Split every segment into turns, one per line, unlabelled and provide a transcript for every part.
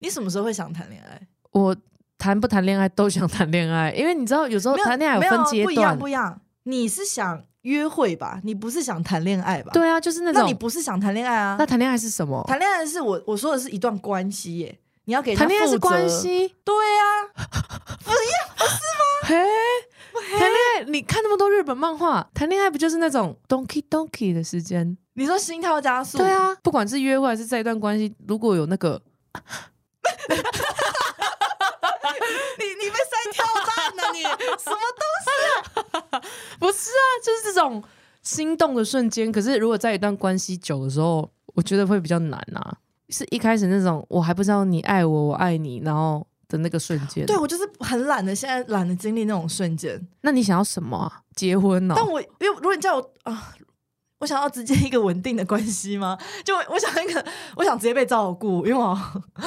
你什么时候会想谈恋爱？
我谈不谈恋爱都想谈恋爱，因为你知道有时候
没有
哦谈恋爱
没有
分
啊
阶
不一样
段，
不一样。你是想约会吧？你不是想谈恋爱吧？，
对啊，就是那
那
种
你不是想谈恋爱啊
那？谈恋爱是什么？
谈恋爱是我我说的是一段关系耶，你要给人家
谈恋爱是
负责
关， 系，
对啊，
嘿，谈恋爱你看那么多日本漫画，谈恋爱不就是那种 donkey donkey 的时间？
你说心跳加速，
对，啊，不管是约会还是在一段关系，如果有那个
你你被塞跳蛋了，你什么
不是啊，就是这种心动的瞬间。可是如果在一段关系久的时候，我觉得会比较难啊。是一开始那种我还不知道你爱我，我爱你，然后的那个瞬间。
都？对，我就是很懒得，现在懒得经历那种瞬间。
那你想要什么啊？结婚呢、
但我因为如果你叫我啊，我想要直接一个稳定的关系吗？就我我想一个，我想直接被照顾，因为我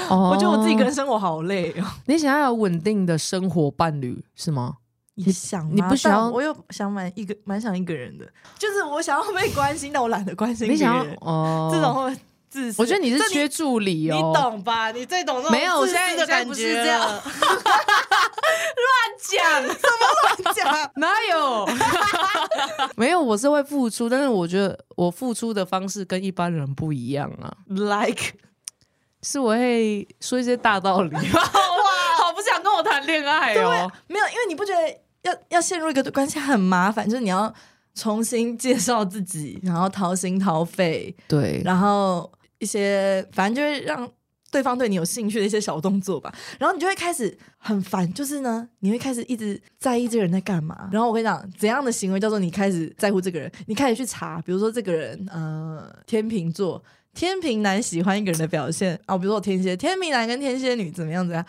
哦
我觉得我自己一个人生活好累哦。
你想要有稳定的生活伴侣是吗？
也想
你
吗
不想
但
要
我又想蛮一个蛮想一个人的，就是我想要被关心，但我懒得关心
你
别
想要
人，
哦，
这种会自私。
我觉得你是
这
缺助理
你
哦，
懂吧？你最懂这种
没有我
自
现在
私的
现在
感
不是
觉
这样
了
讲
讲
哪有？ 没有，我是会付出，但是我觉得我付出的方式跟一般人不一样啊，
like
是我会说一些大道 理。哇，好不想跟我谈恋爱哦。
没 有，因为你不觉得要要陷入一个关系很麻烦，就是你要重新介绍自己，然后掏心掏肺，
对，
然后一些反正就会让对方对你有兴趣的一些小动作吧，然后你就会开始很烦，就是呢，你会开始一直在意这个人在干嘛。然后我跟你讲，怎样的行为叫做你开始在乎这个人？你开始去查，比如说这个人，呃，天秤座，天秤男喜欢一个人的表现啊，比如说我天蝎，天秤男跟天蝎女怎么样怎么样，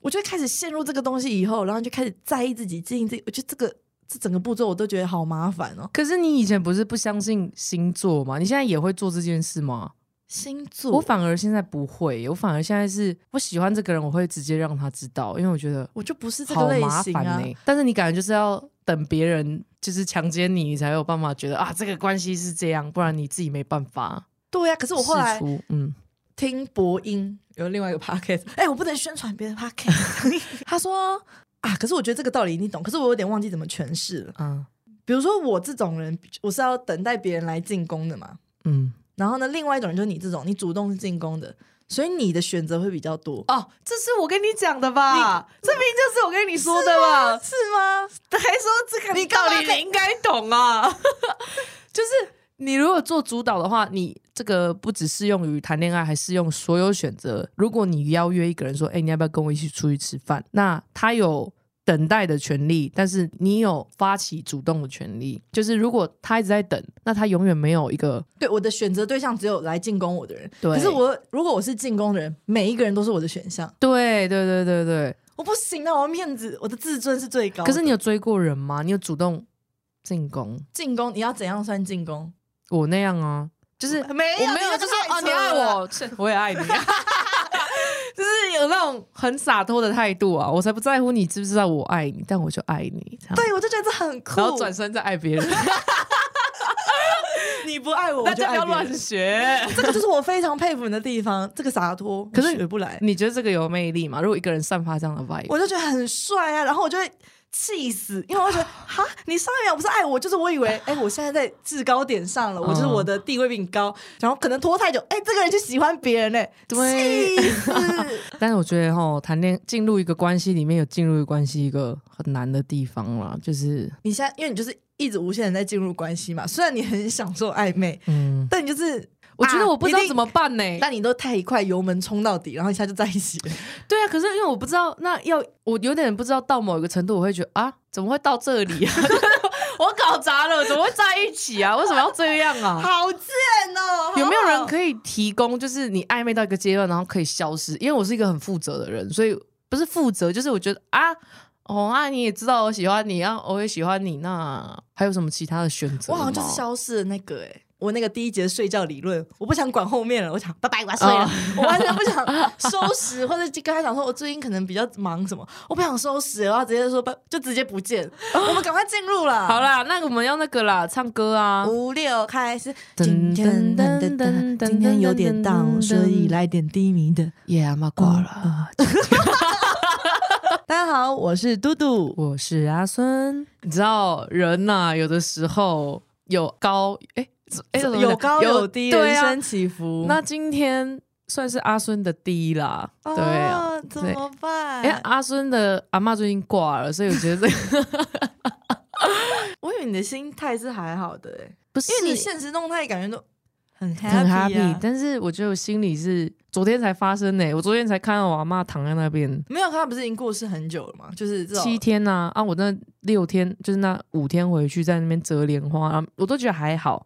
我就会开始陷入这个东西以后，然后就开始在意自己，经营自己，我觉得这个这整个步骤我都觉得好麻烦哦。
可是你以前不是不相信星座吗？你现在也会做这件事吗？
星
我
座，
反而现在不会，我反而现在是我喜欢这个人，我会直接让他知道，因为我觉得
我就不是这
好
个类
麻
型
烦
啊。
呢、但是你感觉就是要等别人就是强奸你，你才有办法觉得啊，这个关系是这样，不然你自己没办法
对啊呀、可是我后来
试出。嗯，
听博音有另外一个 podcast，哎、我不能宣传别的 podcast。他说啊，可是我觉得这个道理你懂，可是我有点忘记怎么诠释了。
啊，
比如说我这种人，我是要等待别人来进攻的嘛。
嗯，
然后呢，另外一种人就是你这种，你主动进攻的，所以你的选择会比较多，
哦，这是我跟你讲的吧？这明明就是我啊跟你说的吧？
是吗？
还说这个
你干嘛可以
应该懂啊？ 就是你如果做主导的话，你这个不只适用于谈恋爱，还适用所有选择。如果你邀约一个人说：“哎、你要不要跟我一起出去吃饭？”那他有。等待的权利，但是你有发起主动的权利。就是如果他一直在等，那他永远没有一个
对，我的选择对象只有来进攻我的人。
对
可是我如果我是进攻的人，每一个人都是我的选项，
对对对对对。
我不行啊！我要面子，我的自尊是最高的。
可是你有追过人吗？你有主动进攻？
进攻，你要怎样算进攻？
我那样啊，就是
没有，
我没有，
那个
就是
太
哦，你
扯
爱
了
我，是我也爱你， 就是有那种很洒脱的态度啊，我才不在乎你知不知道我爱你，但我就爱你这样。
对，我就觉得这很酷。
然后转身再爱 别人，
你不爱我，我
大
就
家不
爱
要
别人
乱。学。
这个就是我非常佩服你的地方，这个洒脱，
可是
我学不来，
你觉得这个有魅力吗？如果一个人散发这样的 vibe，
我就觉得很帅啊，然后我就会气死，因为我会 觉得哈，你上一秒不是爱我，就是我以 为哎，我现在在制高点上了，我就是
嗯
我的地位比你高，然后可能拖太久，哎，这个人就喜欢别人嘞，
对
气死。
但是我觉得哈，谈恋进入一个关系里面有进入一个关系一个很难的地方啦，就是
你现在因为你就是一直无限的在进入关系嘛，虽然你很享受暧昧，
嗯，
但你就是
我觉得我不知道怎。
啊一定
么办呢、
但你都太一块油门冲到底，然后一下就在一起了。
对啊，可是因为我不知道，那要我有点不知道到某一个程度，我会觉得啊，怎么会到这里啊？ 我搞砸了，怎么会在一起啊？为什么要这样啊？
好贱哦！
有没有人
好
可以提供，就是你暧昧到一个阶段，然后可以消失？因为我是一个很负责的人，所以不是负责，就是我觉得啊，哦啊，你也知道我喜欢你啊，我也喜欢你，那还有什么其他的选择
我
吗？
好像就是消失的那个哎、我那个第一节睡觉理论，我不想管后面了，我想拜拜，我要睡了
哦
我完全不想收拾，或者就跟他讲说，我哦最近可能比较忙什么，我不想收拾，然后直接说拜，就直接不见，我们赶快进入了，
哦好啦，那我们要那个啦，唱歌啊。
五六开始，
噔
今天
噔
噔噔
噔噔噔
噔，今天有点
噔噔
down，所以来点低迷的。
耶，阿妈挂了。
大家好，我是嘟嘟，
我是阿孙。你知道人呐、有的时候有高，哎、哎，怎么讲
有高有低，
对
人
啊
生。起伏。
那今天算是阿孙的低啦，对啊。
哦怎么办？
哎、阿孙的阿妈最近挂了，所以我觉得这 个
我以为你的心态是还好的、欸，
不是
因为你现实动态感觉都很 happy，,、啊、
很 happy，但是我觉得我心里是昨天才发生呢、我昨天才看到我阿妈躺在那边
没有，他不是已经过世很久了吗？就是这种
七天呐、啊，我那六天就是那五天回去在那边折莲花，然后我都觉得还好。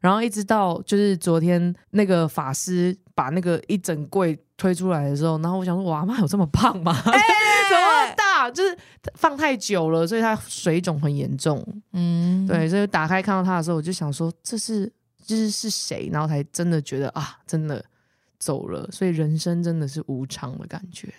然后一直到就是昨天那个法师把那个一整柜推出来的时候，然后我想说，我阿妈有这么胖吗？
哎
怎么那么大？就是放太久了，所以它水肿很严重。
嗯，
对，所以打开看到他的时候，我就想说这是就是是谁，然后才真的觉得啊，真的走了。所以人生真的是无常的感觉。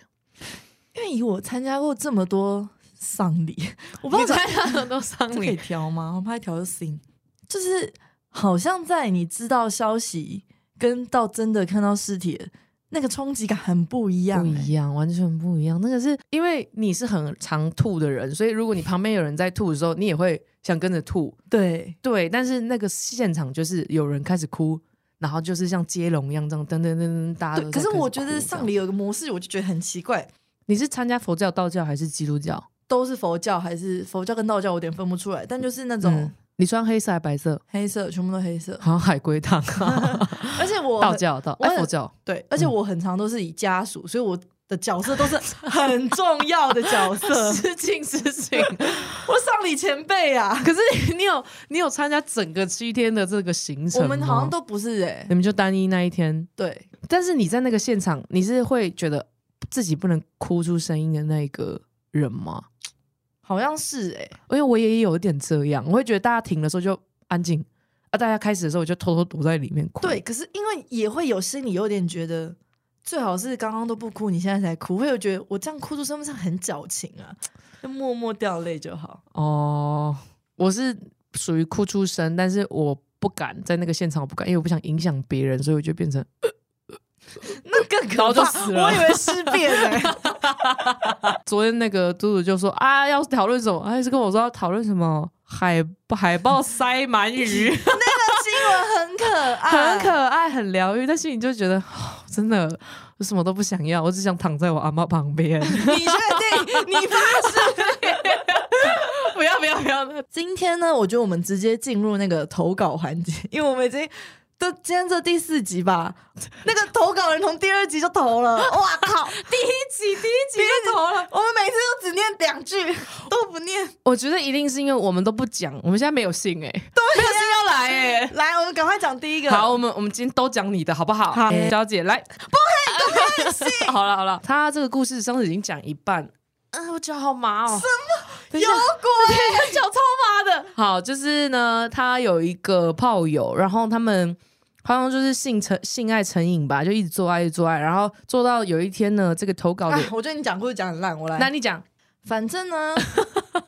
因为以我参加过这么多丧礼，我不
你
知道
参加很多丧
这可以
礼，
调吗？我怕调心，就是好像在你知道消息跟到真的看到尸体的那个冲击感很不一样、
不
欸，
一样，完全不一样。那个是因为你是很常吐的人，所以如果你旁边有人在吐的时候，你也会想跟着吐。
对，
对，但是那个现场就是有人开始哭。然后就是像接龙一样，这样噔噔噔噔，大家
对，
都
可
在
是
开始
我觉
哭
得
这样
上礼有个模式，我就觉得很奇怪，
你是参加佛教、道教还是基督教？
都是佛教还是佛教跟道教，我有点分不出来。但就是那种
嗯，你穿黑色还白色？
黑色，全部都黑色，
好像海 龟汤。
而且我
道教道，
我
哎，
很
佛教。
对，而且我很常都是以家属，所以我的角色都是很重要的角 色，
失敬失 敬，
我上礼前辈啊，
可是你有你有参加整个七天的这个行程
我
吗
们好像都不是哎、欸
你们就单一那一天，
对，
但是你在那个现场，你是会觉得自己不能哭出声音的那个人吗？
好像是哎、
因为我也有一点这样，我会觉得大家停的时候就安静，啊，大家开始的时候我就偷偷躲在里面哭。
对，，可是因为也会有心里有点觉得，最好是刚刚都不哭，你现在才哭，会有觉得我这样哭出声，是很矫情啊，就默默掉泪就好。
哦，我是属于哭出声，但是我不敢在那个现场，我不敢，因为我不想影响别人，所以我就变成
那更
然后
可
就
怕，
死了
我以为 尸变哎、
昨天那个嘟嘟就说啊，要讨论什么？还是跟我说要讨论什么海海报塞鳗鱼，
新闻很可爱，
很可爱，很疗愈。但是你就觉得、哦真的我什么都不想要，我只想躺在我阿妈旁边。
你确定？你发誓？
不要不要不要！
今天呢，我觉得我们直接进入那个投稿环节，因为我们已经都今天这第四集吧，那个投稿人从第二集就投了，哇靠！
第一集第一集就投了。
我们每次都只念两句，都不念。
我觉得一定是因为我们都不讲，我们现在没有信哎、没有信要来哎、
来，我们赶快讲第一个。
好，我们我们今天都讲你的好不好？嗯
好
小姐来，不可以，不 可以。好了好了，他这个故事上次已经讲一半，啊，我脚好麻哦。什么？
有鬼！
脚超麻的。好，就是呢，他有一个炮友，然后他们好像就是性成性爱成瘾吧，就一直做爱，一直做爱，然后做到有一天呢，这个投稿的，
啊，我觉得你讲故事讲很烂，我来。
那你讲，
反正呢，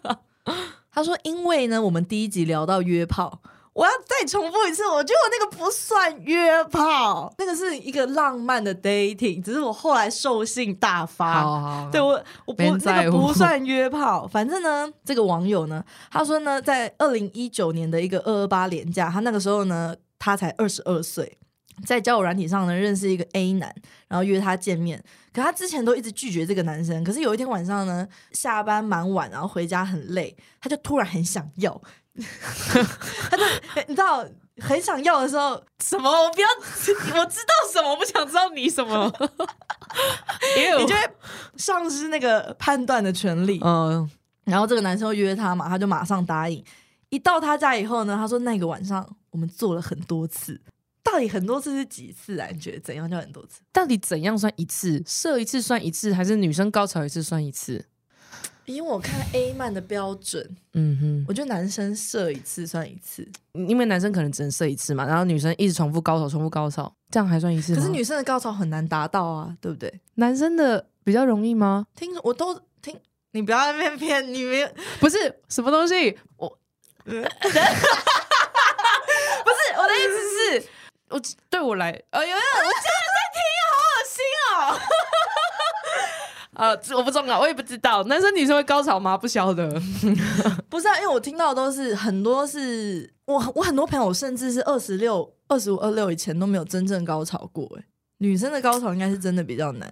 他说因为呢，我们第一集聊到约炮。我要再重复一次，我觉得我那个不算约炮，那个是一个浪漫的 dating，只是我后来兽性大发。
好好，
对
好
我，我不
啊没人
那
在
个
乎
不算约炮。反正呢，这个网友呢，他说呢，在二零一九年的一个二二八连假，他那个时候呢，他才二十二岁，在交友软体上呢认识一个 A 男，然后约他见面。可他之前都一直拒绝这个男生，可是有一天晚上呢，下班蛮晚，然后回家很累，他就突然很想要， 他就你知道很想要的时候，
什么？我不要，我知道什么，我不想知道你什么。也有
你就会丧失那个判断的权利。
嗯，
然后这个男生又约她嘛，她就马上答应。一到他家以后呢，他说那个晚上我们做了很多次，到底很多次是几次啊？你觉得怎样叫很多次？
到底怎样算一次？射一次算一次，还是女生高潮一次算一次？
以我看 A 漫的标准，
嗯
我觉得男生射一次算一次，
哼，因为男生可能只能射一次嘛，然后女生一直重复高潮，重复高潮，这样还算一次
可
吗？
是女生的高潮很难达到啊，对不对？
男生的比较容易吗？
听我都听，你不要在那边骗，你没有
不是什么东西，我不是我的意思是，我对我来，哎呀，我真的在听，好恶哦心哦。 呃，这我不重要，我也不知道，男生女生会高潮吗？不晓得。
不是啊，因为我听到的都是很多是我我很多朋友甚至是二十六、二十五、二六以前都没有真正高潮过、欸，女生的高潮应该是真的比较难，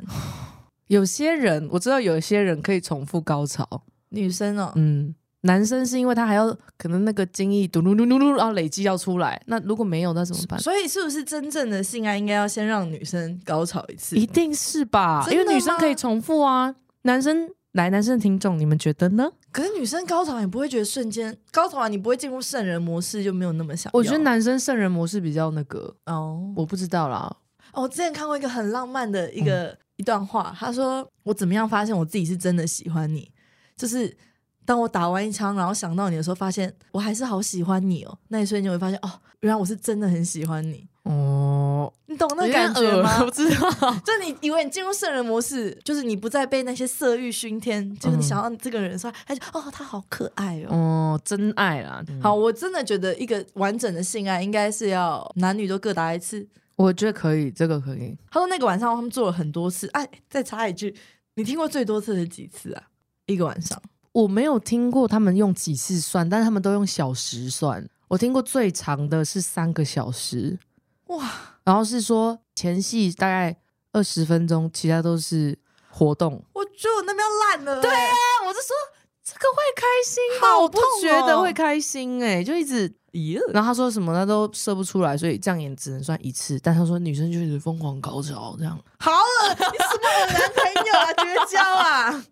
有些人我知道，有些人可以重复高潮，
女生哦、
嗯，男生是因为他还要可能那个精液嘟噜噜噜噜，然后累积要出来。那如果没有，那怎么办？
所以是不是真正的性爱应该要先让女生高潮一次？
一定是吧？
真
因
的
为女生
吗
可以重复啊，男生来，男生的听众，你们觉得呢？
可是女生高潮你不会觉得瞬间高潮完你不会进入圣人模式就没有那么想要
我觉得男生圣人模式比较那个，
哦，
我不知道啦。
哦，我之前看过一个很浪漫的一个、
嗯
一段话，他说：“我怎么样发现我自己是真的喜欢你？就是当我打完一枪，然后想到你的时候，发现我还是好喜欢你哦。那一瞬间，我会发现哦，原来我是真的很喜欢你。
哦，
你懂那感觉吗？
我知道。
就你以为你进入圣人模式，就是你不再被那些色欲熏天，就是你想到这个人的时候，他就哦，他好可爱哦。
哦，真爱啦。
好，，我真的觉得一个完整的性爱应该是要男女都各打一次，
我觉得可以，这个可以。
他说那个晚上他们做了很多次。哎，再插一句，你听过最多次的几次啊？一个晚上？
我没有听过他们用几次算，但他们都用小时算。我听过最长的是三个小时，
哇
然后是说前戏大概二十分钟，其他都是活动。
我觉得我那边要烂了、对啊，
啊，我就说这个会开心
吗
我
我
不
不
觉
觉
得
得
会
会
开心哎、就一直
咦，
然后他说什么他都射不出来，所以这样也只能算一次。但他说女生就是疯狂高潮这样。
好了，你什么我男朋友啊，绝交 啊！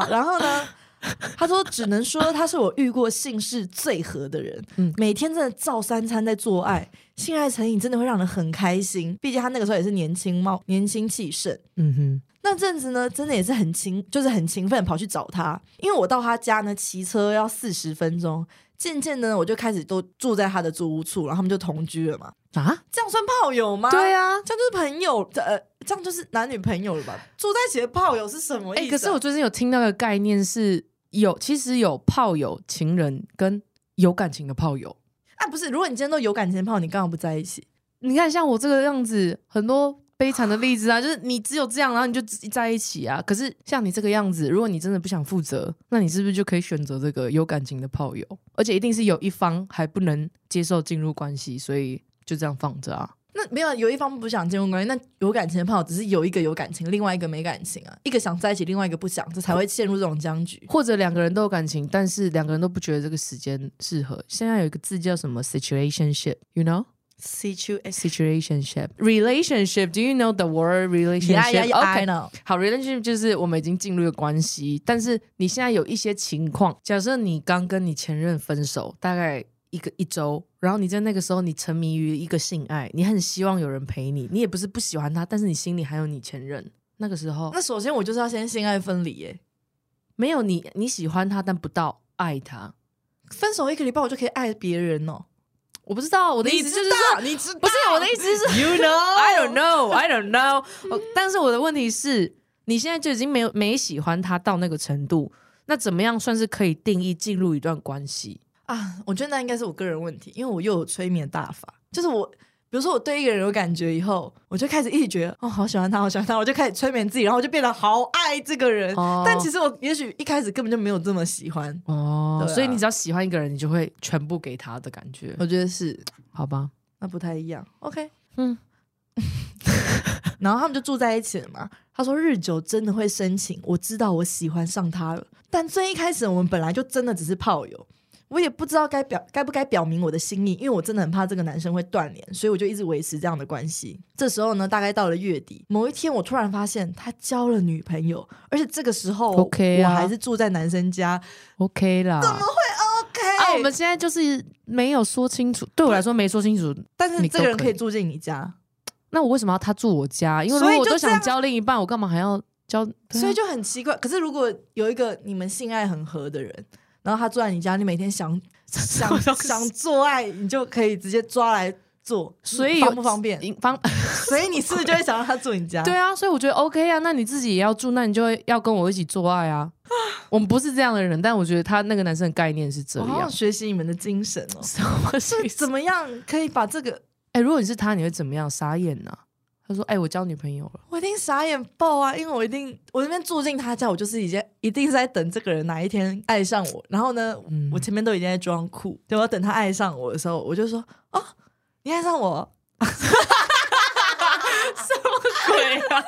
好，然后呢？他说：“只能说他是我遇过性事最合的人，
嗯
每天真的照三餐在做爱，性爱成瘾真的会让人很开心。毕竟他那个时候也是年轻貌、年轻气盛，
嗯哼，
那阵子呢，真的也是很勤，就是很勤奋跑去找他，因为我到他家呢，骑车要四十分钟。渐渐的呢，我就开始都住在他的租屋处，然后他们就同居了嘛。
啊，
这样算炮友吗？
对
啊，
啊，
这样就是朋友，呃，这样就是男女朋友了吧？住在一起的炮友是什么意
哎、
思、啊
可是我，最近有听到一个概念是有，其实有炮友、情人跟有感情的炮友。
啊，不是，如果你今天都有感情的炮，你干嘛不在一起？
你看，像我这个样子，很多悲惨的例子啊，就是你只有这样，然后你就只在一起啊。可是像你这个样子，如果你真的不想负责，那你是不是就可以选择这个有感情的炮友？而且一定是有一方还不能接受进入关系，所以就这样放着啊。
那没有，有一方不想进入关系，那有感情的炮只是有一个有感情，另外一个没感情啊，一个想在一起，另外一个不想，这才会陷入这种僵局。
或者两个人都有感情，但是两个人都不觉得这个时间适合。现在有一个字叫什么 situationship，you know？
Situation，
situationship relationship do you know the word relationship
yeah, yeah, yeah, I
Okay.
know.
好 relationship 就是我们已经进入一个关系，但是你现在有一些情况，假设你刚跟你前任分手，大概一个一周，然后你在那个时候你沉迷于一个性爱，你很希望有人陪你，你也不是不喜欢他，但是你心里还有你前任。那个时候
那首先我就是要先性爱分离，耶，
没有你，你喜欢他，但不到爱他。
分手一个礼拜我就可以爱别人哦。
我不知道我的意思就是说，
你知
不是我的意思是
，You know
I don't know, I don't know 我。但是我的问题是，你现在就已经没有没喜欢他到那个程度，那怎么样算是可以定义进入一段关系？
啊，我觉得那应该是我个人问题，因为我又有催眠大法，就是我。比如说，我对一个人有感觉以后，我就开始一直觉得哦，好喜欢他，好喜欢他，我就开始催眠自己，然后我就变得好爱这个人。
哦
但其实我也许一开始根本就没有这么喜欢，
哦
对啊
所以你只要喜欢一个人，你就会全部给他的感觉，
我觉得是
好吧？
那不太一样。OK，
嗯
嗯，然后他们就住在一起了嘛。他说日久真的会深情，我知道我喜欢上他了，但最一开始我们本来就真的只是炮友，我也不知道该表该不该表明我的心意，因为我真的很怕这个男生会断联，所以我就一直维持这样的关系。这时候呢，大概到了月底，某一天我突然发现他交了女朋友，而且这个时候
OK 啊
我还是住在男生家。
OK 啦，
OK，、
啊，我们现在就是没有说清楚，对我来说没说清楚。
但是
你
这
都
个人
可
可以
以
住进你家，
那我为什么要他住我家？因为如
所以
果我
就
都
这
想
样
交另一半，我干嘛还要交，啊
所以就很奇怪。可是如果有一个你们性爱很合的人，然后他住在你家，你每天想 想想做爱，你就可以直接抓来做，
所以有
方不方便？
方
所以你是不是就会想让他住你家？
对啊，所以我觉得 OK 啊，那你自己也要住，那你就会要跟我一起做 爱啊。我们不是这样的人，但我觉得他那个男生的概念是这
我好
样
想。哦学习你们的精神哦。
什么
是 怎么样可以把这个？
哎、如果你是他，你会怎么样？傻眼呐、他说：“哎、我交女朋友了。
我一定傻眼爆啊！因为我一定我那边住进他家，我就是已经一定是在等这个人哪一天爱上我。然后呢，
嗯
我前面都已经在装酷，对，我要等他爱上我的时候，我就说：“哦，你爱上我，
对啊，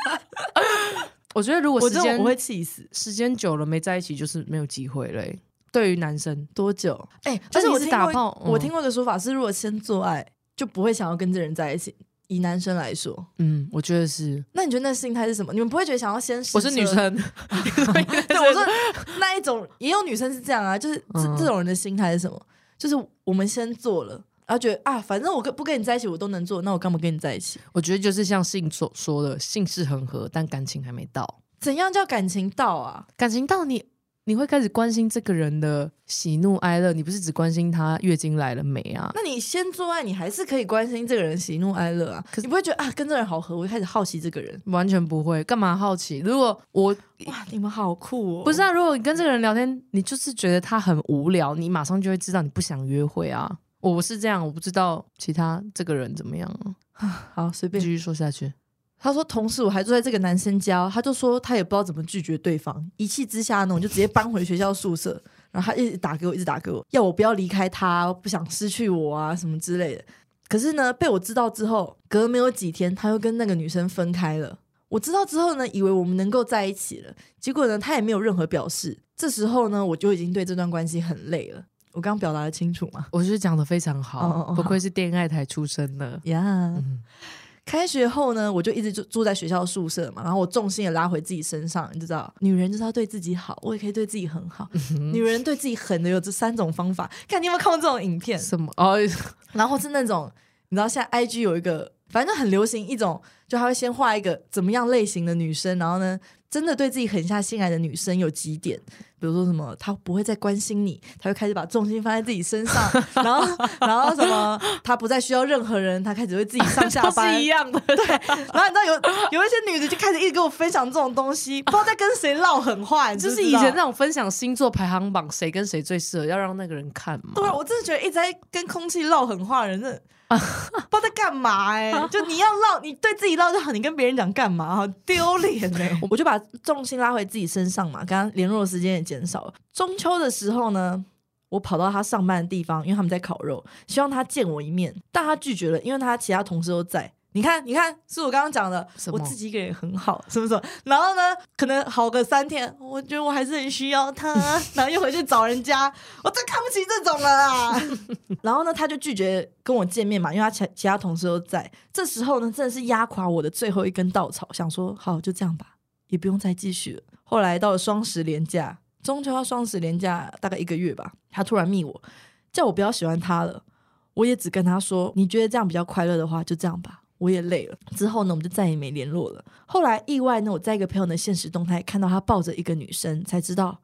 我觉得如果
我
时
真的
间
我会气死。”
时间久了没在一起，就是没有机会了欸、对于男生，
多久？哎、
就
而且
你
我
是
听
打
过一
炮
我
嗯
听过一个说法是，如果先做爱就不会想要跟这人在一起。以男生来说，
嗯，我觉得是。
那你觉得那心态是什么？你们不会觉得想要先？
我是女，生，
对，我说那一种也有女生是这样啊，就是这、
嗯
这种人的心态是什么？就是我们先做了，然后觉得啊，反正我跟不跟你在一起我都能做，那我干嘛跟你在一起？
我觉得就是像信所说的，性是很合，但感情还没到。
怎样叫感情到啊？
感情到你，你会开始关心这个人的喜怒哀乐，你不是只关心他月经来了没啊？
那你先做爱，你还是可以关心这个人喜怒哀乐啊。
可是
你不会觉得啊，跟这人好合，我就开始好奇这个人。
完全不会，干嘛好奇？如果我
哇，你们好酷哦！
不是啊，如果你跟这个人聊天，你就是觉得他很无聊，你马上就会知道你不想约会啊。我我是这样，我不知道其他这个人怎么样啊。
好随
继
便。
续说下去，
他说，同时我还住在这个男生家哦，他就说他也不知道怎么拒绝对方，一气之下呢，我就直接搬回学校宿舍。然后他一直打给我，一直打给我，要我不要离开他，不想失去我啊什么之类的。可是呢，被我知道之后，隔没有几天，他又跟那个女生分开了。我知道之后呢，以为我们能够在一起了，结果呢，他也没有任何表示。这时候呢，我就已经对这段关系很累了。我刚表达的清楚吗？
我觉得讲的非常
哦哦哦
好，不愧是恋爱台出身的。
呀、
嗯
开学后呢，我就一直住住在学校宿舍嘛，然后我重心也拉回自己身上，你知道，女人就是要对自己好，我也可以对自己很好。女人对自己狠的有这三种方法，看你有没有看过这种影片？
什么？ 哦，
然后是那种，你知道现在 IG 有一个，反正很流行一种，就他会先画一个怎么样类型的女生，然后呢，真的对自己狠下心来的女生有几点，比如说什么，她不会再关心你，她会开始把重心放在自己身 上，然后然后什么，她不再需要任何人，她开始会自己上下班，
都是一样的。
然后你知道有有一些女的就开始一直跟我分享这种东西，不知道在跟谁唠狠话，你知
就
不
是
知
以
道
前那种分享星座排行榜，谁跟谁最适合，要让那个人看嘛。
对啊，我真的觉得一直在跟空气唠狠话的人，真的不知道在干嘛 哎、就你要唠，你对自己唠就好，你跟别人讲干嘛？好丢脸哎！ 我就把重心拉回自己身上嘛，跟他联络的时间也减少了。中秋的时候呢，我跑到他上班的地方，因为他们在烤肉，希望他见我一面，但他拒绝了，因为他其他同事都在。你看，你看，是我刚刚讲的
什，么
我自己一个人也很好，什么什么。然后呢，可能好个三天，我觉得我还是很需要他，啊 然后又回去找人家，我真看不起这种人啊。 然后呢，他就拒绝跟我见面嘛，因为他其其他同事都在。这时候呢，真的是压垮我的最后一根稻草，想说好就这样吧，也不用再继续了。后来到了双十连假，中秋到双十连假大概一个月吧，他突然密我，叫我不要喜欢他了。我也只跟他说，你觉得这样比较快乐的话，就这样吧。我也累了。之后呢，我们就再也没联络了。后来意外呢，我在一个朋友的现实动态看到他抱着一个女生，才知道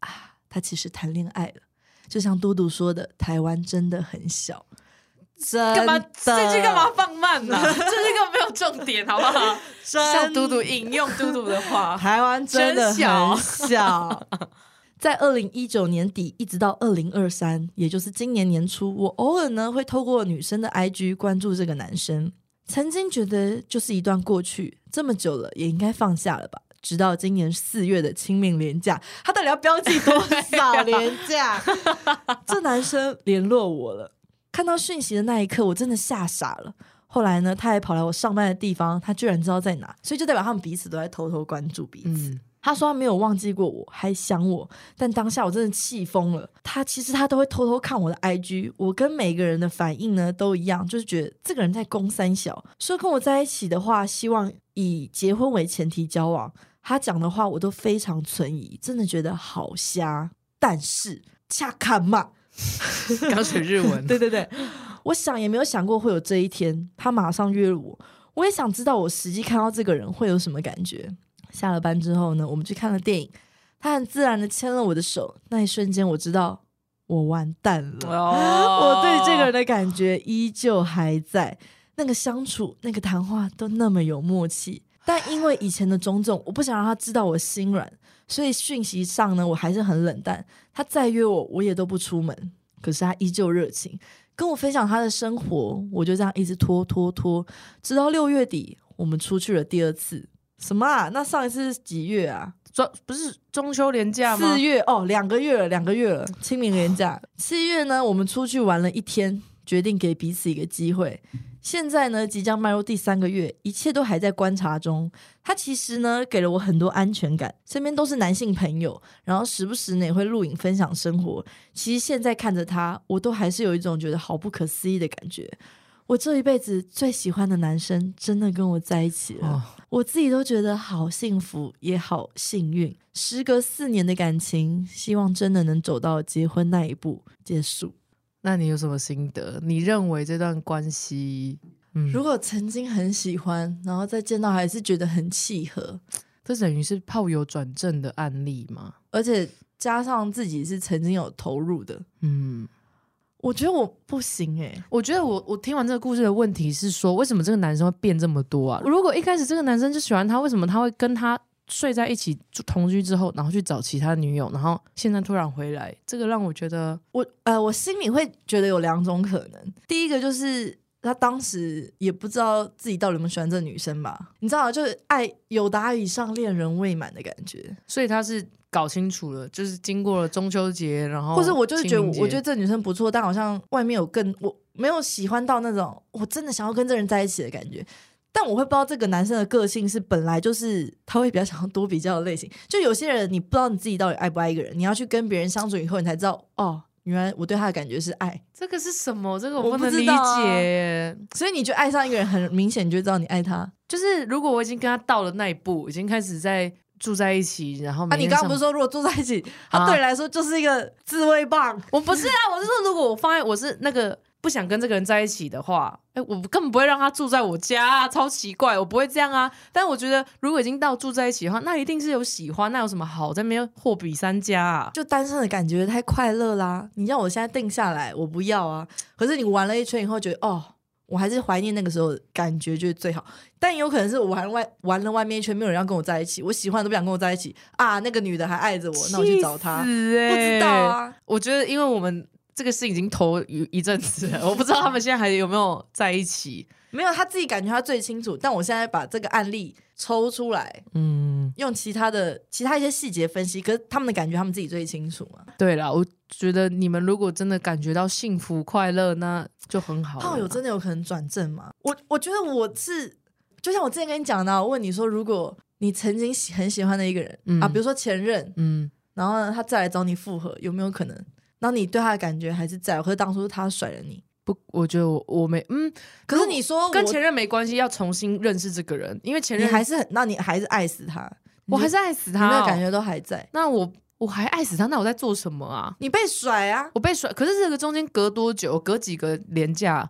啊，他其实谈恋爱了。就像嘟嘟说的，台湾真的很小，真的
干嘛？这句干嘛？放慢 呢、这句根本没有重点，好不好？像
真
嘟嘟引用嘟嘟的话，
台湾真的很小。
真
在二零一九年底一直到二零二三，也就是今年年初，我偶尔呢会透过女生的 IG 关注这个男生。曾经觉得就是一段过去，这么久了也应该放下了吧。直到今年四月的清明连假，他到底要标记多少连假？这男生联络我了，看到讯息的那一刻，我真的吓傻了。后来呢，他还跑来我上班的地方，他居然知道在哪，所以就代表他们彼此都在偷偷关注彼此。
嗯，
他说他没有忘记过我，还想我，但当下我真的气疯了。他其实他都会偷偷看我的 IG，我跟每个人的反应呢都一样，就是觉得这个人在攻三小，说跟我在一起的话，希望以结婚为前提交往。他讲的话我都非常存疑，真的觉得好瞎。但是恰看嘛，
刚学日 文，
对对对，我想也没有想过会有这一天，他马上约了我。我也想知道我实际看到这个人会有什么感觉。下了班之后呢，我们去看了电影，他很自然的牵了我的手，那一瞬间我知道我完蛋了。
哦
我对这个人的感觉依旧还在，那个相处、那个谈话都那么有默契。但因为以前的种种，我不想让他知道我心软，所以讯息上呢，我还是很冷淡。他再约我，我也都不出门。可是他依旧热情，跟我分享他的生活。我就这样一直拖拖拖，直到六月底，我们出去了第二次。什么啊？那上一次是几月啊？
中不是中秋连假吗？
四月哦，两个月了，两个月了，清明连假。四月呢，我们出去玩了一天，决定给彼此一个机会。现在呢，即将迈入第三个月，一切都还在观察中。他其实呢，给了我很多安全感，身边都是男性朋友，然后时不时呢也会录影分享生活。其实现在看着他，我都还是有一种觉得好不可思议的感觉。我这一辈子最喜欢的男生，真的跟我在一起了。
哦
我自己都觉得好幸福，也好幸运。时隔四年的感情，希望真的能走到结婚那一步结束。
那你有什么心得？你认为这段关系，嗯，
如果曾经很喜欢，然后再见到还是觉得很契合，
这等于是炮友转正的案例吗？
而且加上自己是曾经有投入的，
嗯，
我觉得我不行欸诶、
我觉得我我听完这个故事的问题是说，为什么这个男生会变这么多啊？如果一开始这个男生就喜欢她，为什么他会跟她睡在一起住同居之后，然后去找其他女友，然后现在突然回来？这个让我觉得
我呃，我心里会觉得有两种可能，第一个就是。他当时也不知道自己到底有没有喜欢这女生吧？你知道，就是爱有达以上恋人未满的感觉。
所以他是搞清楚了，就是经过了中秋节，然 后
或者我就是觉得我，
哦清明节
我觉得这女生不错，但好像外面有更我没有喜欢到那种我真的想要跟这人在一起的感觉。但我会不知道这个男生的个性是本来就是他会比较想要多比较的类型。就有些人你不知道你自己到底爱不爱一个人，你要去跟别人相处以后，你才知道哦，原来我对他的感觉是爱。
这个是什么？这个
我
不
不
能
知
理
道啊
解耶。
所以你觉得爱上一个人很明显，你就知道你爱他。
就是如果我已经跟他到了那一步，已经开始在住在一起，然后
啊，
每
你
天
刚
上
刚不是说如果住在一起，
啊
他对你来说就是一个自慰棒？
我不是啊，我是说，如果我放在我是那个不想跟这个人在一起的话，哎、我根本不会让他住在我家啊，超奇怪，我不会这样啊。但我觉得，如果已经到住在一起的话，那一定是有喜欢，那有什么好在那边货比三家啊？
就单身的感觉太快乐啦！你让我现在定下来，我不要啊。可是你玩了一圈以后，觉得哦，我还是怀念那个时候的感觉就是最好。但也有可能是我玩外玩了外面一圈，没有人要跟我在一起，我喜欢的都不想跟我在一起啊。那个女的还爱着我，那我去找她，
气死
不知道啊。
欸。我觉得，因为我们这个事已经投一一阵子了，我 不知道他们现在还有没有在一起。
没有，她自己感觉她最清楚。但我现在把这个案例抽出来，
嗯，
用其他的其他一些细节分析，可是他们的感觉他们自己最清楚嘛。
对啦，我觉得你们如果真的感觉到幸福快乐，那就很好了啦。
炮友真的有可能转正吗？我我觉得我是，就像我之前跟你讲的啊，我问你说，如果你曾经喜很喜欢的一个人、
嗯
啊，比如说前任，
嗯，
然后呢他再来找你复合，有没有可能？然后你对他的感觉还是在，可是当初他甩了你，
不，我觉得我我没嗯。
可是你说
跟
哦我
前任没关系，要重新认识这个人，因为前
你
任
还是很，那你还是爱死他，
我还
是
是爱死
你
他、
那
哦，
个感觉都还在，
那我我还爱死他，那我在做什么啊？，
你被甩啊
我被甩，可是这个中间隔多久？隔几个年假？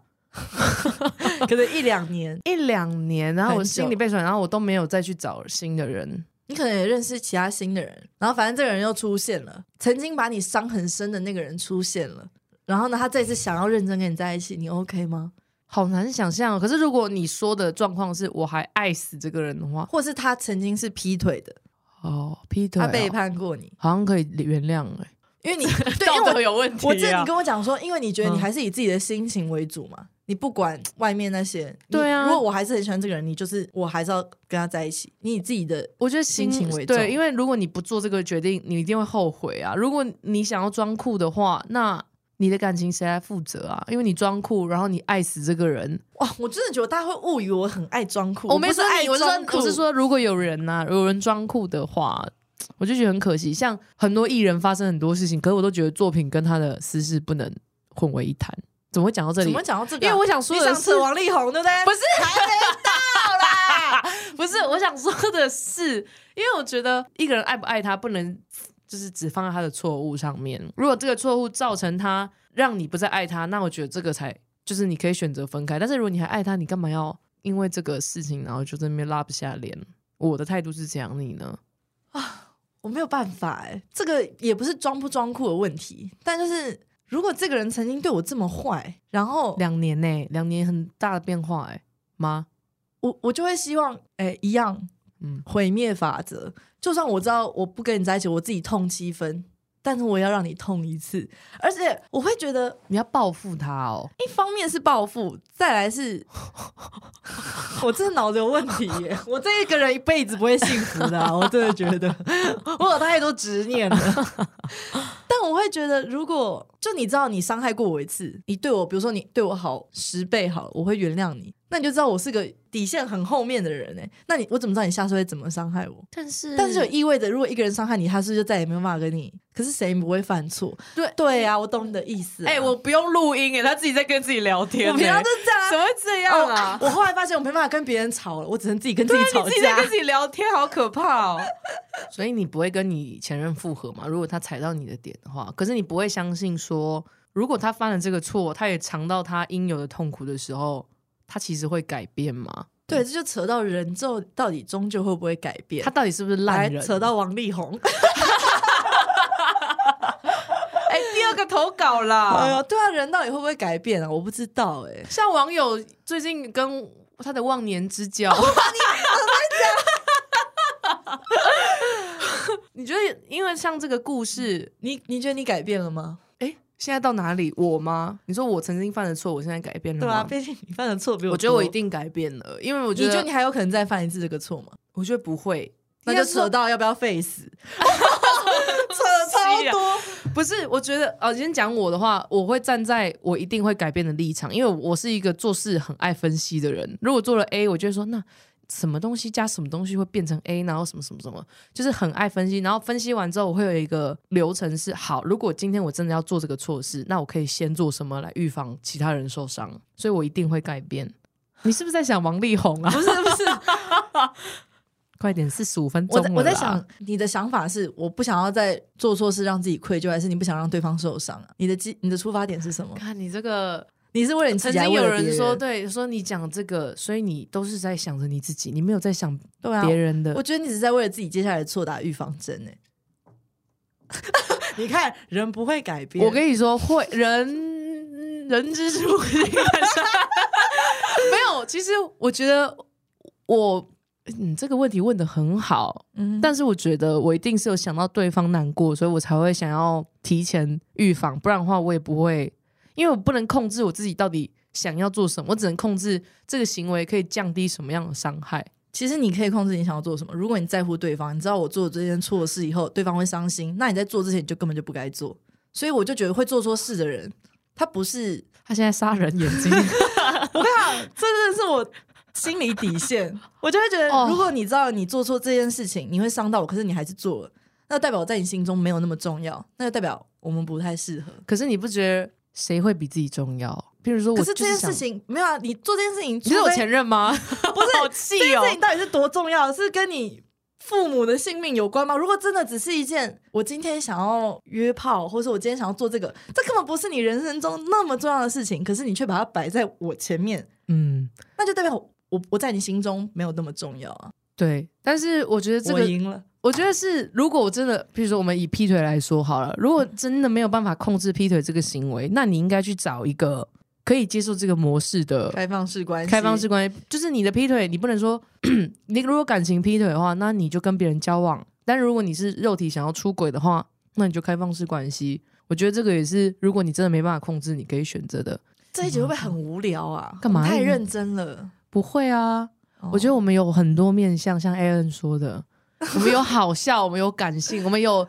可能一两年，
一两年，然后我
很久
心里被甩，然后我都没有再去找新的人。
你可能也认识其他新的人，然后反正这个人又出现了，曾经把你伤很深的那个人出现了，然后呢，他这次想要认真跟你在一起，你 OK 吗？
好难想象、哦，可是如果你说的状况是我还爱死这个人的话，
或是他曾经是劈腿的，
哦，劈腿、
他背，叛过你，
好像可以原谅哎、
因为 你对，因
道德
为
有问题、
我
啊。
我记得你跟我讲说，因为你觉得
嗯
你还是以自己的心情为主嘛，你不管外面那些。你
对啊
如果我还是很喜欢这个人，你就是我还是要跟他在一起，你以自己的
我觉得
心情为
对，
重
因为如果你不做这个决定，你一定会后悔啊。如果你想要装酷的话，那你的感情谁来负责啊？因为你装酷，然后你爱死这个人。
哇，我真的觉得大家会误以为我很爱装酷，
没
不是
说
爱
你，我是
装
说，
酷，
我是说，如果有人呐、有人装酷的话，我就觉得很可惜。像很多艺人发生很多事情，可是我都觉得作品跟他的私事不能混为一谈。怎么会讲到这
怎
里
么？讲到这个
因
啊、
为我想说
你
的
想
是
吃，王力宏对不对？
不是 不是我想说的是，因为我觉得一个人爱不爱他，不能就是只放在他的错误上面。如果这个错误造成他让你不再爱他，那我觉得这个才就是你可以选择分开。但是如果你还爱他，你干嘛要因为这个事情然后就在那边拉不下脸？我的态度是这样，你呢？
我没有办法哎、这个也不是装不装酷的问题，但就是如果这个人曾经对我这么坏，然后
两年呢、两年很大的变化哎、妈，
我我就会希望，哎、一样
嗯，
毁灭法则。就算我知道我不跟你在一起，我自己痛七分，但是我要让你痛一次，而且我会觉得
你要报复他哦，
一方面是报复，再来是， 我真的脑子有问题耶！ 我这个人一辈子不会幸福的 啊、我真的觉得我有太多执念了。 但我会觉得，如果就你知道你伤害过我一次，你对我，比如说你对我好十倍好了，我会原谅你，那你就知道我是个底线很后面的人哎。那你我怎么知道你下次会怎么伤害我？
但是
但是就意味着，如果一个人伤害你，他是不是就再也没有办法跟你？可是谁不会犯错？
对
对啊，我懂你的意思啊、
哎、我不用录音哎、他自己在跟自己聊天、
我平常
哎
就是这样啊，
怎么会这样
哦
啊？
我后来发现我没办法跟别人吵了，我只能自己跟自己
对啊
吵
你自己在
架。
跟自己聊天，好可怕哦！所以你不会跟你前任复合嘛？如果他踩到你的点的话，可是你不会相信说，如果他犯了这个错，他也尝到他应有的痛苦的时候，他其实会改变吗？
对，这就扯到人之后到底终究会不会改变
他。到底是不是
来
烂人？
扯到王力宏，
哎、第二个投稿啦！
哎呦，对啊，人到底会不会改变啊？我不知道哎、
像网友最近跟他的忘年之交，你觉得，因为像这个故事，
你你觉得你改变了吗？
哎，现在到哪里？我吗？你说我曾经犯的错，我现在改变了
对啊，
吗？
毕竟你犯的错比我
我
我
觉得我一，定改变了，因为我
你
觉
觉
得，
得你还有可能再犯一次这个错吗？
我觉得不会，
那
应
就
该说
扯到要不要 face，扯超多。
啊不是，我觉得呃，先讲我的话，我会站在我一定会改变的立场，因为我是一个做事很爱分析的人。如果做了 A，我就会说那什么东西加什么东西会变成 A，然后什么什么什么，就是很爱分析。然后分析完之后，我会有一个流程是：好，如果今天我真的要做这个措施，那我可以先做什么来预防其他人受伤？所以我一定会改变。你是不是在想王力宏啊？
不是不是，
快点，四十五分钟
我在我
了啦
在想，你的想法是我不想要再做错事让自己愧疚，还是你不想让对方受伤啊？你的基你的出发点是什么？
看你这个
你是为了你自
曾
己，还
经
是为
有
了别
人
人
说，对，说你讲这个，所以你都是在想着你自己，你没有在想
对啊，
别人的。
我觉得你只是在为了自己接下来的错打预防针呢、 你看，人不会改变。
我跟你说，会人人之初性本善 没有，其实我觉得我嗯这个问题问的很好，
嗯，
但是我觉得我一定是有想到对方难过，所以我才会想要提前预防，不然的话我也不会，因为我不能控制我自己到底想要做什么，我只能控制这个行为可以降低什么样的伤害。
其实你可以控制你想要做什么。如果你在乎对方，你知道我做了这件错事以后，对方会伤心，那你在做之前你就根本就不该做。所以我就觉得会做错事的人，他不 是，
他现在杀人眼睛。
我跟你讲，这真的是我心理底线。我就会觉得
哦，
如果你知道你做错这件事情，你会伤到我，可是你还是做了，那代表我在你心中没有那么重要，那就代表我们不太适合。
可是你不觉得谁会比自己重要？比如说我，
可是这件事，情没有啊，你做这件事情，
你是我
除非
前 任吗？不是， 好气
这
哦
件事！情到底是多重要？是跟你父母的性命有关吗？如果真的只是一件我今天想要约炮，或者我今天想要做这个，这根本不是你人生中那么重要的事情，可是你却把它摆在我前面，
嗯，
那就代表我我我在你心中没有那么重要啊！
对。但是我觉得这
我
个，我
赢了，
觉得是，如果我真的，比如说我们以劈腿来说好了，如果真的没有办法控制劈腿这个行为，那你应该去找一个可以接受这个模式的
开放式关系，
开放式关系，就是你的劈腿，你不能说 你如果感情劈腿的话，那你就跟别人交往；但如果你是肉体想要出轨的话，那你就开放式关系。我觉得这个也是，如果你真的没办法控制，你可以选择的。
这一集会不会很无聊啊？
干嘛
我们太认真 了，
不会啊，我觉得
哦
我们有很多面向，像 a l n 说 的，我们有好笑，我们有感性，我们有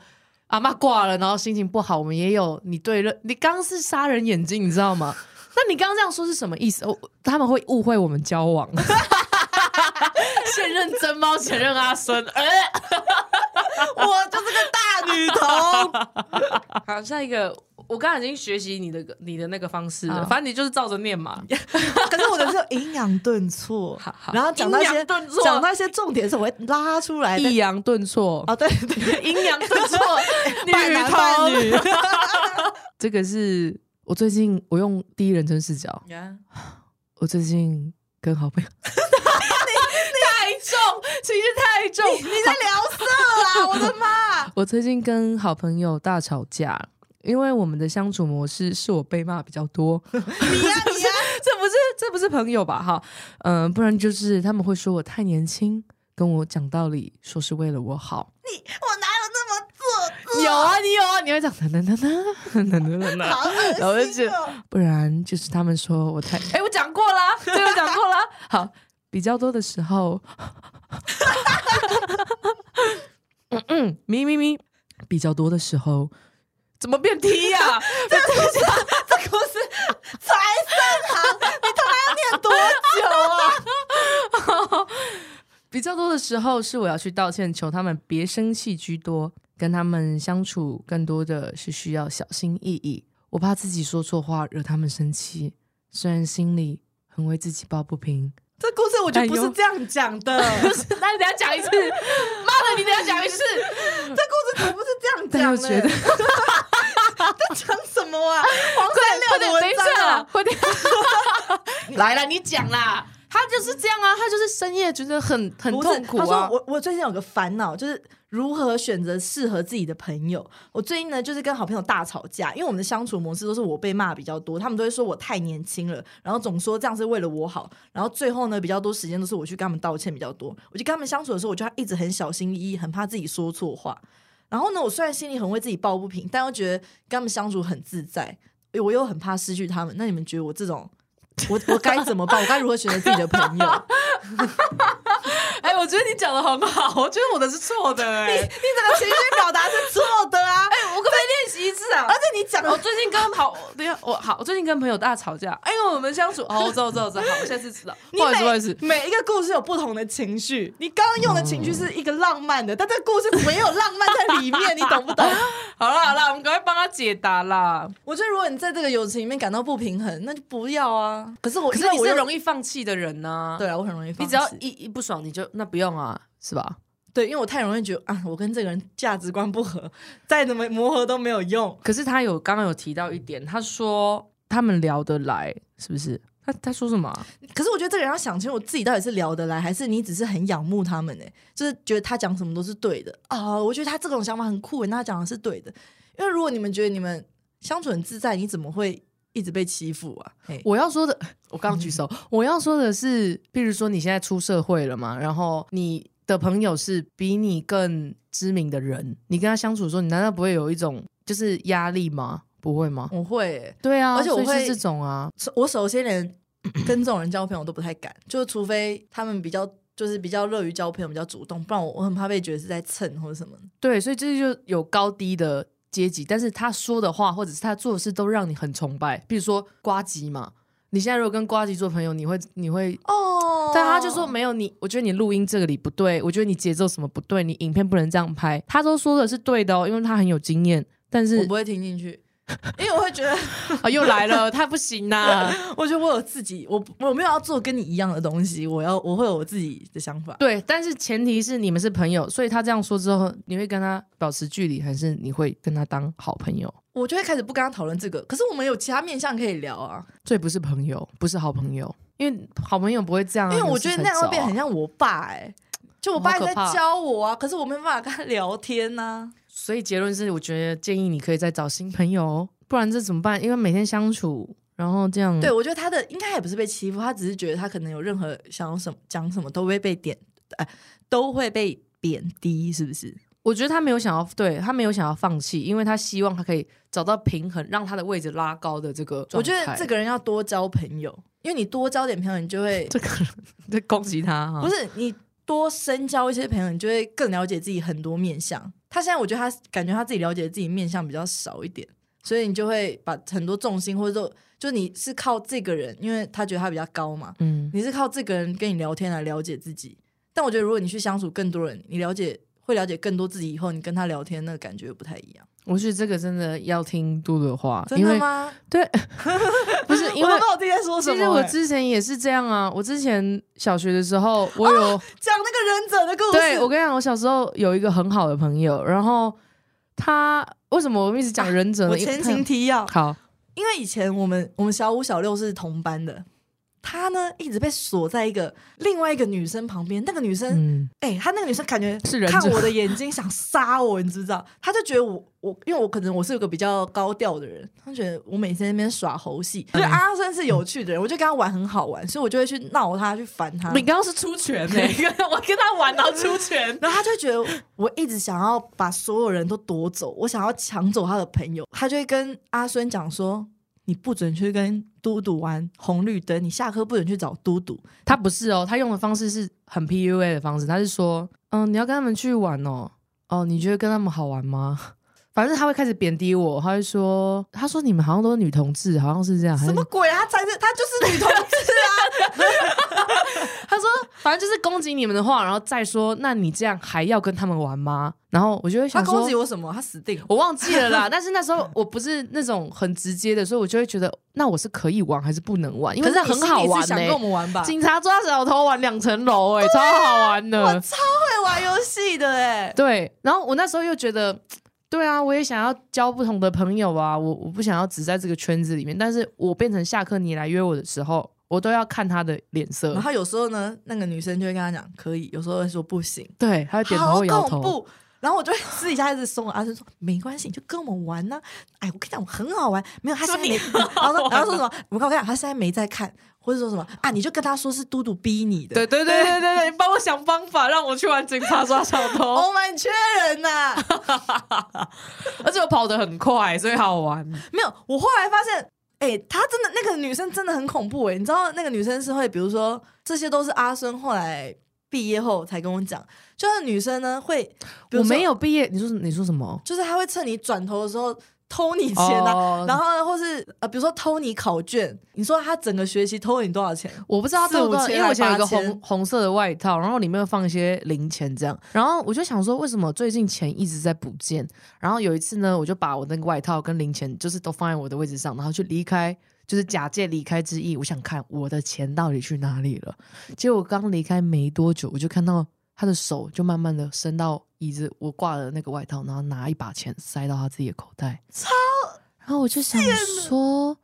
阿妈挂了，然后心情不好，我们也有你对了，你刚刚是杀人眼睛，你知道 吗？那你刚刚这样说是什么意思？哦，他们会误会我们交 往。现任真 猫，前任阿孙，呃，
我就是个大女童。
好，下一个，我刚刚已经学习你的你的那个方式
好
了，反正你就是照着念嘛。
可是我的是营养顿挫，
好好
然后讲到一
阴
些
阳顿挫
讲到一些重点的时候，我会拉出来的。
抑扬顿挫，
哦，对对，
阴阳顿 挫，女
半男半
同。
女。
这个是我最近我用第一人称视角， 我最近跟好朋友 太重，情绪太重。
你在聊色啦！我的妈！
我最近跟好朋友大吵架，因为我们的相处模式是我被骂比较多，
你呀、你呀、
这不是这不是朋友吧？哈，嗯、不然就是他们会说我太年轻，跟我讲道理，说是为了我好。
我哪有那么做
有啊，你有啊，你会讲 噔噔噔噔 噔噔噔噔。
好恶心、哦！
然后就觉得不然就是他们说我太……哎，我讲过 啦，这个讲过啦。好，比较多的时候，嗯嗯，咪咪咪，比较多的时候，怎么变 T 呀、
这故事才三行，你他妈要念多久啊？
比较多的时候是我要去道歉，求他们别生气居多，跟他们相处更多的是需要小心翼翼。我怕自己说错话惹他们生气，虽然心里很为自己抱不平。
这故事我就不是这样讲的，
不是，那你等一下讲 一次，妈的，你等一下讲一次。
这故事可不是这样
但
讲
我
的。
觉得
在讲什么啊？黄
快
山料
点，
的
快
文
点，
章
等一下
啊
啦，快点，来了，你讲啦。 他就是这样啊，他就是深夜觉得很很
不是
痛苦
他
啊
说。我我最近有个烦恼，就是如何选择适合自己的朋友。我最近呢，就是跟好朋友大吵架，因为我们的相处模式都是我被骂比较多，他们都会说我太年轻了，然后总说这样是为了我好，然后最后呢，比较多时间都是我去跟他们道歉比较多。我就跟他们相处的时候，我就一直很小心翼翼，很怕自己说错话。然后呢，我虽然心里很为自己抱不平，但又觉得跟他们相处很自在，我又很怕失去他们。那你们觉得我这种，我我该怎么办？我该如何选择自己的朋友？
哎、我觉得你讲的很好， 我觉得我的是错的、哎，
你整个情绪表达是错的啊！
我可不可以练习一次啊
而？且你讲
我
的
最近跟好，等一下，我好，我最近跟朋友大吵架，哎因为我们相处，哦，我知道，我知道，我知道，好，我下次知道，
你
不好意思，
每
不好意思，
每一个故事有不同的情绪。你刚刚用的情绪是一个浪漫的，但这故事没有浪漫在里面，你懂不 懂？
好啦好啦，我们赶快帮他解答啦。
我觉得如果你在这个友情里面感到不平衡，那就不要啊。可是我
可是你
因为
是
我又
容易放弃的人呢、
对，啊，我很容易放弃，
你只要一一不爽，你就那不用啊，是吧？
对，因为我太容易觉得啊，我跟这个人价值观不合，再怎么磨合都没有用。
可是他有刚刚有提到一点，他说他们聊得来，是不是？他他说什么啊、
可是我觉得这个人要想清楚，自己到底是聊得来，还是你只是很仰慕他们呢、欸就是觉得他讲什么都是对的啊、我觉得他这种想法很酷、欸，那他讲的是对的。因为如果你们觉得你们相处很自在，你怎么会一直被欺负啊？嘿
我要说的， 我刚举手，我要说的是，譬如说你现在出社会了嘛，然后你的朋友是比你更知名的人，你跟他相处的时候，你难道不会有一种就是压力吗？不会吗？
我会、欸，
对啊，
而且我
所
会
以是这种啊，
我首先连 跟这种人交朋友都不太敢，就是除非他们比较。就是比较乐于交朋友，比较主动，不然我我很怕被觉得是在蹭或者什么。
对，所以这就有高低的阶级，但是他说的话或者是他做的事都让你很崇拜，比如说瓜吉嘛，你现在如果跟瓜吉做朋友，你会你会
哦
但他就说没有你，我觉得你录音这个里不对，我觉得你节奏什么不对，你影片不能这样拍。他都说的是对的哦，因为他很有经验。但
我
是
不会听进去， 因为我会觉得
啊、又来了， 他不行呐、
我觉得我有自己，我我没有要做跟你一样的东西，我要我会有我自己的想法。
对，但是前提是你们是朋友，所以他这样说之后，你会跟他保持距离，还是你会跟他当好朋友？
我就会开始不跟他讨论这个，可是我们有其他面向可以聊啊，
最不是朋友，不是好朋友，因为好朋友不会这样啊、
因为
有
我
事
觉得
才
那样会
找
变
啊
很像我爸哎、就我爸一直在
好可怕
教我啊，可是我没办法跟他聊天呐、
所以结论是，我觉得建议你可以再找新朋友哦，不然这怎么办？因为每天相处，然后这样
对，我觉得他的应该也不是被欺负，他只是觉得他可能有任何想要什么讲什么都会被点，哎、都会被贬低，是不是？
我觉得他没有想要，对他没有想要放弃，因为他希望他可以找到平衡，让他的位置拉高的这个状态。
我觉得这个人要多交朋友，因为你多交点朋友，你就会
这个 人在攻击他哈，
不是你多深交一些朋友，你就会更了解自己很多面相。他现在我觉得他感觉他自己了解自己面相比较少一点，所以你就会把很多重心或者说就你是靠这个人，因为他觉得他比较高嘛，
嗯，
你是靠这个人跟你聊天来了解自己。但我觉得如果你去相处更多人，你了解会了解更多自己以后，你跟他聊天那个感觉不太一样。
我觉得这个真的要听杜的话，
真的
因为
吗？
对，不 是因为
我都不知道我自己在说什
其
么、
实我
欸
之前也是这样啊，我之前小学的时候，我
讲
有、
那个忍者的故事，
对我跟你讲，我小时候有一个很好的朋友，然后他为什么啊我们一直讲忍者呢？
我
因为
前
他
情提要，
好，
因为以前我们我们小五小六是同班的，他呢一直被锁在一个另外一个女生旁边，那个女生
嗯，
哎、他那个女生感觉
是忍者
看我的眼睛想杀我，你知不知道？他就觉得我我，因为我可能我是有个比较高调的人，他觉得我每天在那边耍猴戏，就是
嗯
阿生是有趣的人，我就跟他玩很好玩，所以我就会去闹他，去烦他。
你刚刚是出拳呢、 我跟他玩然后出拳，
然后他就觉得我一直想要把所有人都夺走，我想要抢走他的朋友，他就会跟阿孙讲说：“你不准去跟嘟嘟玩红绿灯，你下课不准去找嘟嘟。
他不是哦，他用的方式是很 PUA 的方式，他是说，嗯，你要跟他们去玩哦，哦，你觉得跟他们好玩吗？ 反正他会开始贬低我，他会说，他说你们好像都是女同志，好像是这样，”还是
什么鬼啊？他才是他就是女同志啊！
他说，反正就是攻击你们的话，然后再说，那你这样还要跟他们玩吗？然后我就会
他
想说，
攻击我什么？他死定了！
我忘记了 啦。但是那时候我不是那种很直接的，所以我就会觉得，那我是可以玩还是不能玩？因欸为
可
那
是你
很
心
好
里
玩
是
呢、
想跟我们玩吧？
警察抓小偷玩两层楼，哎，超好玩
我
的。
超会玩游戏的哎、
对，然后我那时候又觉得。对啊，我也想要交不同的朋友啊，我我不想要只在这个圈子里面，但是我变成下课你来约我的时候，我都要看他的脸色
然，后有时候呢，那个女生就会跟他讲可以，有时候会说不行，
对，他会点
好
头摇
恐
头，
怖。然后我就会私底下一直怂恿阿生说没关系，你就跟我们玩呐、哎，我跟你讲，我很好玩。没有，他现在没，然后说然后说什么？我跟你讲，他现在没在看，或者说什么啊？你就跟他说是嘟嘟逼你的。
对对对对对对，你帮我想方法让我去玩警察抓小偷，
，Oh my，缺人呐、
而且我跑得很快，所以好玩。
没有，我后来发现，哎、她真的那个女生真的很恐怖哎、你知道那个女生是会，比如说这些都是阿孙后来毕业后才跟我讲，就是女生呢会，比如
我
说
没，有毕业，你说你说什么？
就是她会趁你转头的时候偷你钱啊。
哦
然后呢，或是呃，比如说偷你考卷，你说她整个学期偷了你多少钱？
我不知道他
四
偷
五
不到，
千
因为我以前有
还
一个
八千
红红色的外套，然后里面放一些零钱这样。然后我就想说，为什么最近钱一直在不见？然后有一次呢，我就把我那个外套跟零钱就是都放在我的位置上，然后就离开，就是假借离开之意，我想看我的钱到底去哪里了。结果刚离开没多久，我就看到他的手就慢慢的伸到椅子我挂的那个外套，然后拿一把钱塞到他自己的口袋，超。然后我就想说，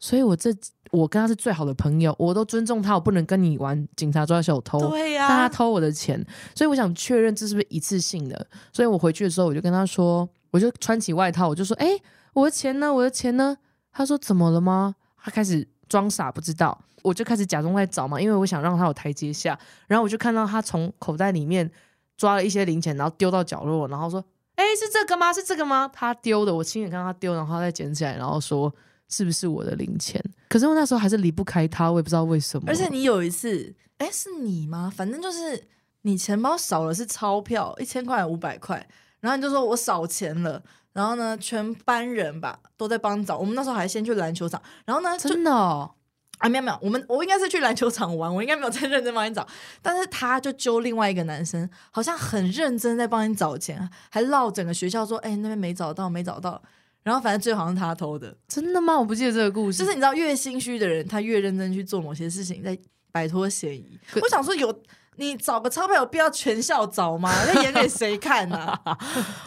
所以我这我跟他是最好的朋友，我都尊重他，我不能跟你玩警察抓小偷。
对啊呀、
但他哦偷我的钱，所以我想确认这是不是一次性的。所以我回去的时候，我就跟他说，我就穿起外套，我就说：“哎、我的钱呢？我的钱呢？”他说：“怎么了吗？”他开始装傻不知道，我就开始假装在找嘛，因为我想让他有台阶下。然后我就看到他从口袋里面抓了一些零钱，然后丢到角落，然后说：“哎、是这个吗？是这个吗？”他丢的，我亲眼看到他丢，然后他再捡起来，然后说。是不是我的零钱？可是我那时候还是离不开他，我也不知道为什么。
而且你有一次，哎，是你吗？反正就是你钱包少了是钞票，一千块、五百块，然后你就说我少钱了，然后呢，全班人吧都在帮你找。我们那时候还先去篮球场，然后呢，就
真的、哦，
啊没有没有，我们我应该是去篮球场玩，我应该没有在认真帮你找，但是他就揪另外一个男生，好像很认真在帮你找钱，还绕整个学校说，哎，那边没找到，没找到。然后反正最后好像他偷的，
真的吗？我不记得这个故事，
就是你知道，越心虚的人，他越认真去做某些事情，在摆脱嫌疑
可。
我想说有，你找个钞票有必要全校找 吗？那演给谁看呢、啊？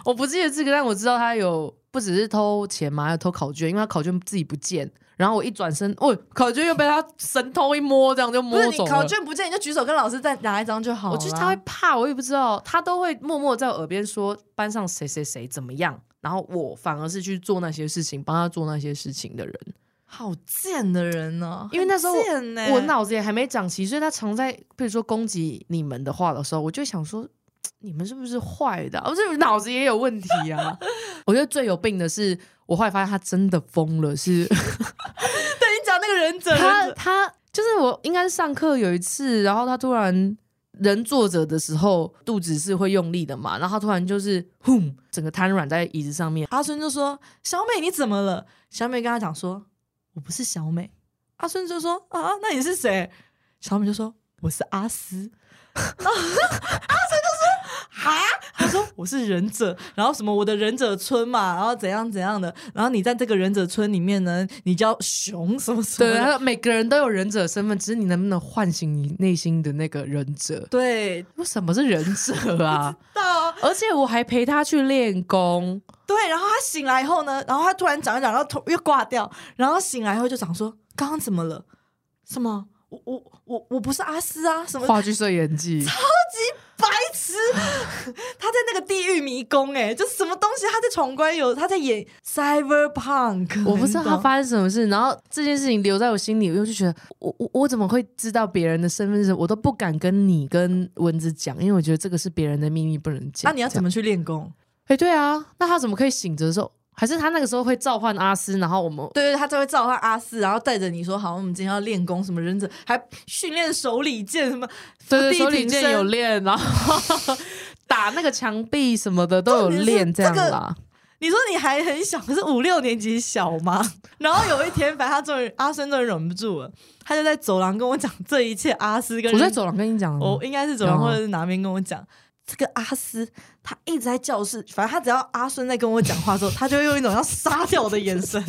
我不记得这个，但我知道他有不只是偷钱嘛，还有偷考卷，因为他考卷自己不见，然后我一转身，哦，考卷又被他神偷一摸，这样就
不
摸
是你
走
考
了。
卷不见，你就举手跟老师再拿一张就好了。
我就是他会怕，我也不知道，他都会默默在我耳边说班上谁谁谁怎么样，然后我反而是去做那些事情，帮他做那些事情的人。
好贱的人哦呢、
因为那时候我
很贱呢、
我脑子也还没长齐，所以他常在比如说攻击你们的话的时候，我就想说，嘖你们是不是坏的、啊？我这脑子也有问题啊！ 我觉得最有病的是，我后来发现他真的疯了， 是
对你讲那个忍者，忍
他
者
他就是我应该是上课有一次，然后他突然。人坐着的时候，肚子是会用力的嘛，然后他突然就是轰，整个瘫软在椅子上面。
阿孙就说：“小美你怎么了？”小美跟他讲说：“我不是小美。”阿孙就说：“啊，那你是谁？”小美就说：“我是阿斯。” 然后阿孙就说：“啊！”他说：“我是忍者，然后什么我的忍者村嘛，然后怎样怎样的，然后你在这个忍者村里面呢，你叫熊什么什么
对，
的。
他说每个人都有忍者身份，只是你能不能唤醒你内心的那个忍者？
对”对
我说什么是忍者啊？
到
而且我还陪他去练功，
对，然后他醒来以后呢，然后他突然讲一讲，然后突又挂掉，然后醒来以后就讲说：“刚刚怎么了？什么？我我我我不是阿斯啊，什么
话剧社演 技，
白痴， 他在那个地狱迷宫、欸，哎，就什么东西，他在闯关有，他在演 cyberpunk，
我不知道
你
他
懂
发生什么事，然后这件事情留在我心里，我就觉得我我我怎么会知道别人的身份是什么？我都不敢跟你跟蚊子讲，因为我觉得这个是别人的秘密，不能讲。
那你要怎
么？
么去练功？
哎，对啊，那他怎么可以醒着的时候？还是他那个时候会召唤阿斯，然后我们
对对，他就会召唤阿四，然后带着你说：“好，我们今天要练功，什么忍者，还训练手里剑，什么
对对
伏地
手里
挺
剑
身
有练，然后 打那个墙壁什么的都有
重点是
练，这样
这个
啦。
你说你还很小，可是五六年级小吗？ 然后有一天，反正他终于阿生终于忍不住了，他就在走廊跟我讲这一切。阿斯跟
我在走廊跟你讲，
我应该是走廊
有啊
或者是哪边跟我讲，这个阿斯他一直在教室，反正他只要阿顺在跟我讲话的时候，他就会用一种要杀掉我的眼神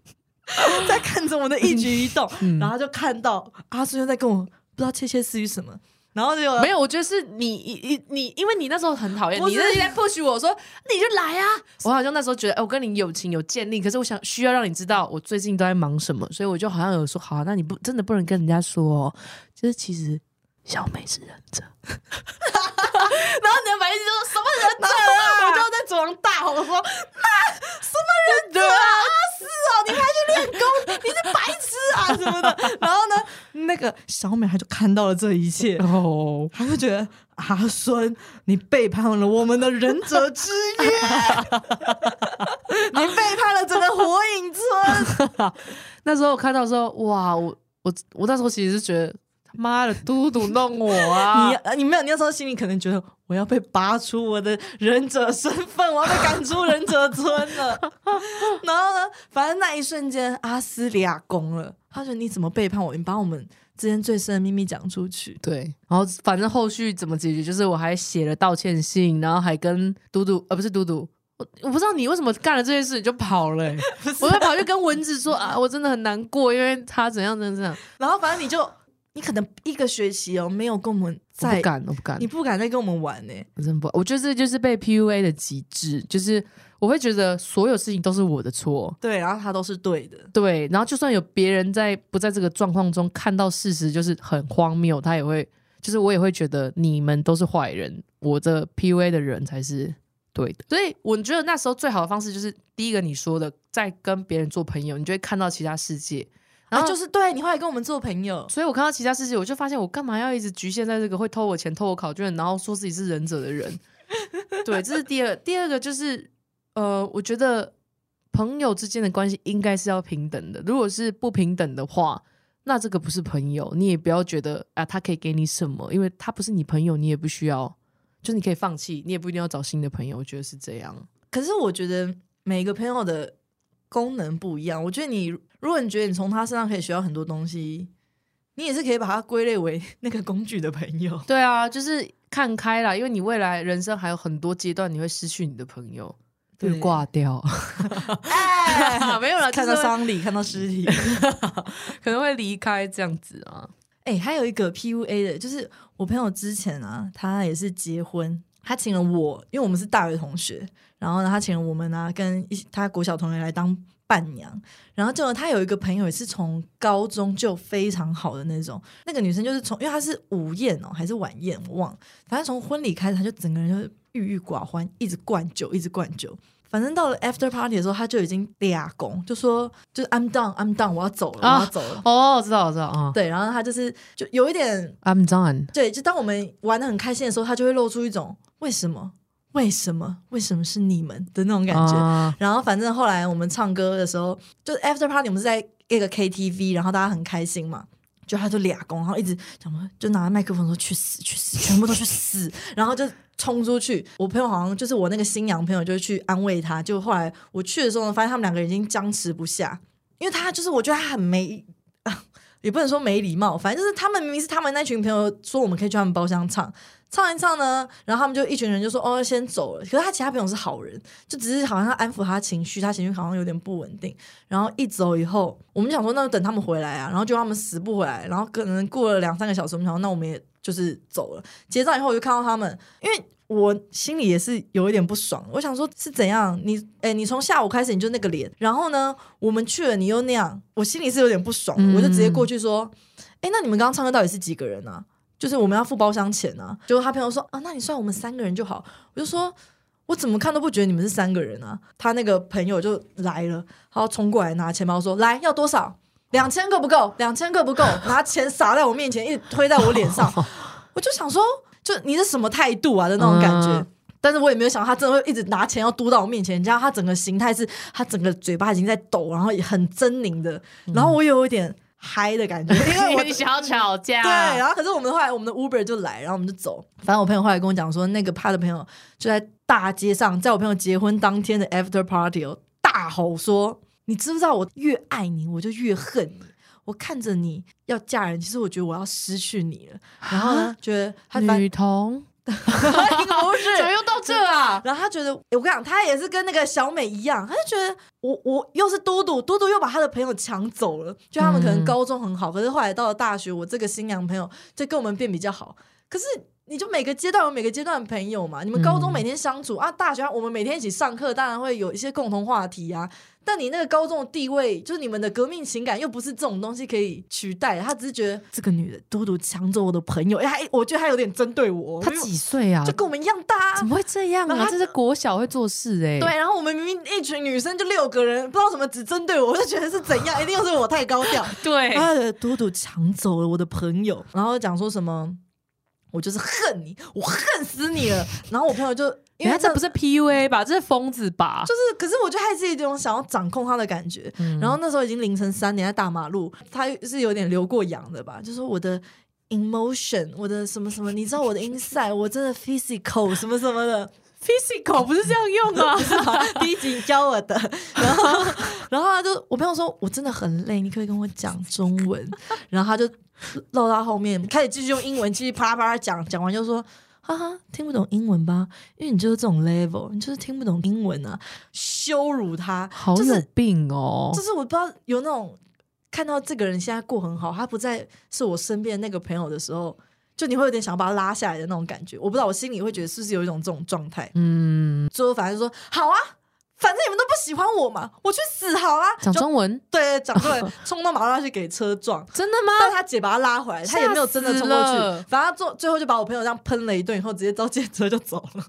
在看着我的一举一动，
嗯
然后他就看到阿顺又在跟我不知道窃窃私语什么，然后就
没有，我觉得是你你你，因为你那时候很讨厌，
不
你
是
那是在 push 我说你就来啊。我好像那时候觉得，哎、我跟你友情有建立，可是我想需要让你知道我最近都在忙什么，所以我就好像有说，好啊、那你不真的不能跟人家说哦，就是其实小美是忍者。 然后你的反应就是什么忍者啊？
我就在走廊大吼说：“那什么人德啊，是哦，你还去练功，你是白痴啊什么的。”然后呢，那个小美她就看到了这一切，
哦，
她就觉得阿孙，你背叛了我们的忍者之约，你背叛了整个火影村。
那时候我看到说，哇，我我我那时候其实是觉得，他妈的嘟嘟弄我 啊！
你呃你没有，你那时候心里可能觉得我要被拔出我的忍者身份，我要被赶出忍者村了。然后呢，反正那一瞬间，阿斯俩公了，他说你怎么背叛我？你把我们之间最深的秘密讲出去。
对，然后反正后续怎么解决，就是我还写了道歉信，然后还跟嘟嘟，呃，不是嘟嘟，我我不知道你为什么干了这件事你就跑 了、欸我就跑去跟蚊子说 啊，我真的很难过，因为他怎样怎样怎样，
然后反正你就，你可能一个学期哦，没有跟我们
我不
在，
敢，我不敢
你，不敢再跟我们玩呢、
我真不，我觉得这就是被 PUA 的极致，就是我会觉得所有事情都是我的错。
对，然后他都是对的。
对，然后就算有别人在不在这个状况中看到事实，就是很荒谬，他也会，就是我也会觉得你们都是坏人，我的 PUA 的人才是对的。所以我觉得那时候最好的方式就是第一个你说的，在跟别人做朋友，你就会看到其他世界。然
然后
后就，
啊就是是对你后来跟我们做朋友，
所以我看到其他世界，我就发现我干嘛要一直局限在这个会偷我钱、偷我考卷，然后说自己是忍者的人。对，这是第二，第二个就是呃，我觉得朋友之间的关系应该是要平等的。如果是不平等的话，那这个不是朋友，你也不要觉得啊，他可以给你什么，因为他不是你朋友，你也不需要，就是你可以放弃，你也不一定要找新的朋友。我觉得是这样。
可是我觉得每个朋友的功能不一样。我觉得你，如果你觉得你从他身上可以学到很多东西，你也是可以把他归类为那个工具的朋友。
对啊，就是看开啦，因为你未来人生还有很多阶段，你会失去你的朋友，
对
会挂掉。
哎
没有啦
看
就
到
是会
丧礼，看到尸体。
可能会离开这样子啊。
哎、还有一个 PUA 的，就是我朋友之前啊，他也是结婚，他请了我，因为我们是大学同学，然后呢，他请了我们啊，跟一起他国小同学来当伴娘，然后结果他有一个朋友也是从高中就非常好的那种，那个女生就是从，因为她是午宴哦，还是晚宴，我忘了，反正从婚礼开始，她就整个人就是郁郁寡欢，一直灌酒，一直灌酒。反正到了 after party 的时候，她就已经俩拱，就说就是 I'm done，I'm done，我要走了，我要
啊
走了。
哦，我知道，我知道啊。
对，然后他就是就有一点
I'm done。
对，就当我们玩的很开心的时候，他就会露出一种为什么为什么为什么是你们的那种感觉。
啊
然后反正后来我们唱歌的时候，就是 after party 我们是在一个 KTV，然后大家很开心嘛。就他就俩公，然后一直讲说，就拿麦克风说去死去死，全部都去死， 然后就冲出去。我朋友好像就是我那个新娘朋友，就去安慰他。就后来我去的时候呢，发现他们两个人已经僵持不下，因为他就是我觉得他很没， 也不能说没礼貌，反正就是他们明明是他们那群朋友说我们可以去他们包厢唱，唱一唱呢，然后他们就一群人就说哦先走了，可是他其他朋友是好人，就只是好像要安抚他情绪，他情绪好像有点不稳定。然后一走以后，我们想说那就等他们回来啊，然后就他们死不回来，然后可能过了两三个小时，我们想说那我们也就是走了。结账以后我就看到他们，嗯因为。我心里也是有一点不爽，我想说是怎样？你哎、你从下午开始你就那个脸，然后呢，我们去了你又那样，我心里是有点不爽，
嗯
我就直接过去说，哎、哎，那你们刚刚唱歌到底是几个人啊？就是我们要付包厢钱啊。结果他朋友说啊，那你算我们三个人就好。我就说，我怎么看都不觉得你们是三个人啊。他那个朋友就来了，他要冲过来拿钱包说，来要多少？两千够不够？两千够不够？拿钱撒在我面前，一直推在我脸上。我就想说，就你是什么态度啊的那种感觉。
嗯
但是我也没有想到他真的会一直拿钱要嘟到我面前，你知道他整个形态是，他整个嘴巴已经在抖，然后也很狰狞的，然后我有一点嗨的感觉，因为
因
我
为你想要吵架，
对，然后可是我们后来我们的 Uber 就来，然后我们就走。反正我朋友后来跟我讲说，那个他的朋友就在大街上，在我朋友结婚当天的 After Party 哦，大吼说：“你知不知道我越爱你，我就越恨你。”我看着你要嫁人，其实我觉得我要失去你了。然后呢，觉得他反
女童，
不是
怎么又到这 啊？
然后他觉得，诶我跟你讲，他也是跟那个小美一样，他就觉得我我又是嘟嘟，嘟嘟又把他的朋友抢走了。就他们可能
嗯
高中很好，可是后来到了大学，我这个新娘朋友就跟我们变比较好。可是你就每个阶段有每个阶段的朋友嘛，你们高中
嗯
每天相处、啊，大学我们每天一起上课，当然会有一些共同话题啊。但你那个高中的地位，就是你们的革命情感，又不是这种东西可以取代的。他只是觉得这个女的嘟嘟抢走我的朋友，哎、还我觉得他有点针对我，
她
因为
几岁啊
就？跟我们一样大、啊，
怎么会这样
然后
啊？
她
这是国小会做事哎。
对，然后我们明明一群女生就六个人，不知道怎么只针对我，我就觉得是怎 样，一定又是我太高调。
对，
啊
妈的，嘟嘟抢走了我的朋友，然后讲说什么，我就是恨你，我恨死你了。然后我朋友就因
等一下，因
为
为这
样
不是 PUA 吧？这是疯子吧？
就是，可是我就还是一种想要掌控他的感觉。
嗯
然后那时候已经凌晨三点，在大马路，他是有点流过洋的吧，就说我的 emotion，我的什么什么，你知道我的 inside，我真的 physical 什么什么的。
physical 不是这样用啊？
第一集你教我的，然后然后他就我朋友说我真的很累，你可以跟我讲中文，然后他就绕到后面开始继续用英文继续啪啦啪啦讲，讲完就说。哈哈，听不懂英文吧？因为你就是这种 level，你就是听不懂英文啊！羞辱他，
好
就是
有病哦！
就是我不知道有那种看到这个人现在过很好，他不再是我身边的那个朋友的时候，就你会有点想把他拉下来的那种感觉。我不知道，我心里会觉得是不是有一种这种状态。
嗯，
最后反正就说好啊，反正你们都不喜欢我嘛，我去死好啊！
讲
就
中哦文
对，讲出来，冲到马路上去给车撞。
真的吗？
但他姐把他拉回来，他也没有真的冲过
吓死
去
了，
反正他最最后就把我朋友这样喷了一顿，以后直接招警车就走了。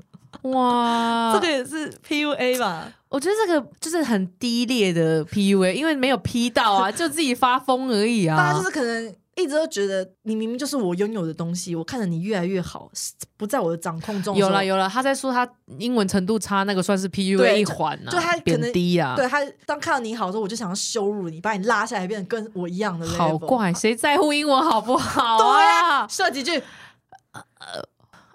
哇，
这个也是 PUA 吧？
我觉得这个就是很低劣的 PUA，因为没有 P 到啊，就自己发疯而已
大
啊。
家就是可能一直都觉得你明明就是我拥有的东西，我看着你越来越好，是不在我的掌控中的时
有
候。
啦有啦，他在说他英文程度差，那个算是 PUA
对
一环啊，
就他可能
贬低啊，
对他当看到你好的时候，我就想要羞辱你，把你拉下来，变得跟我一样的 level。
好怪，谁在乎英文好不好
对
啊
啊，设几句。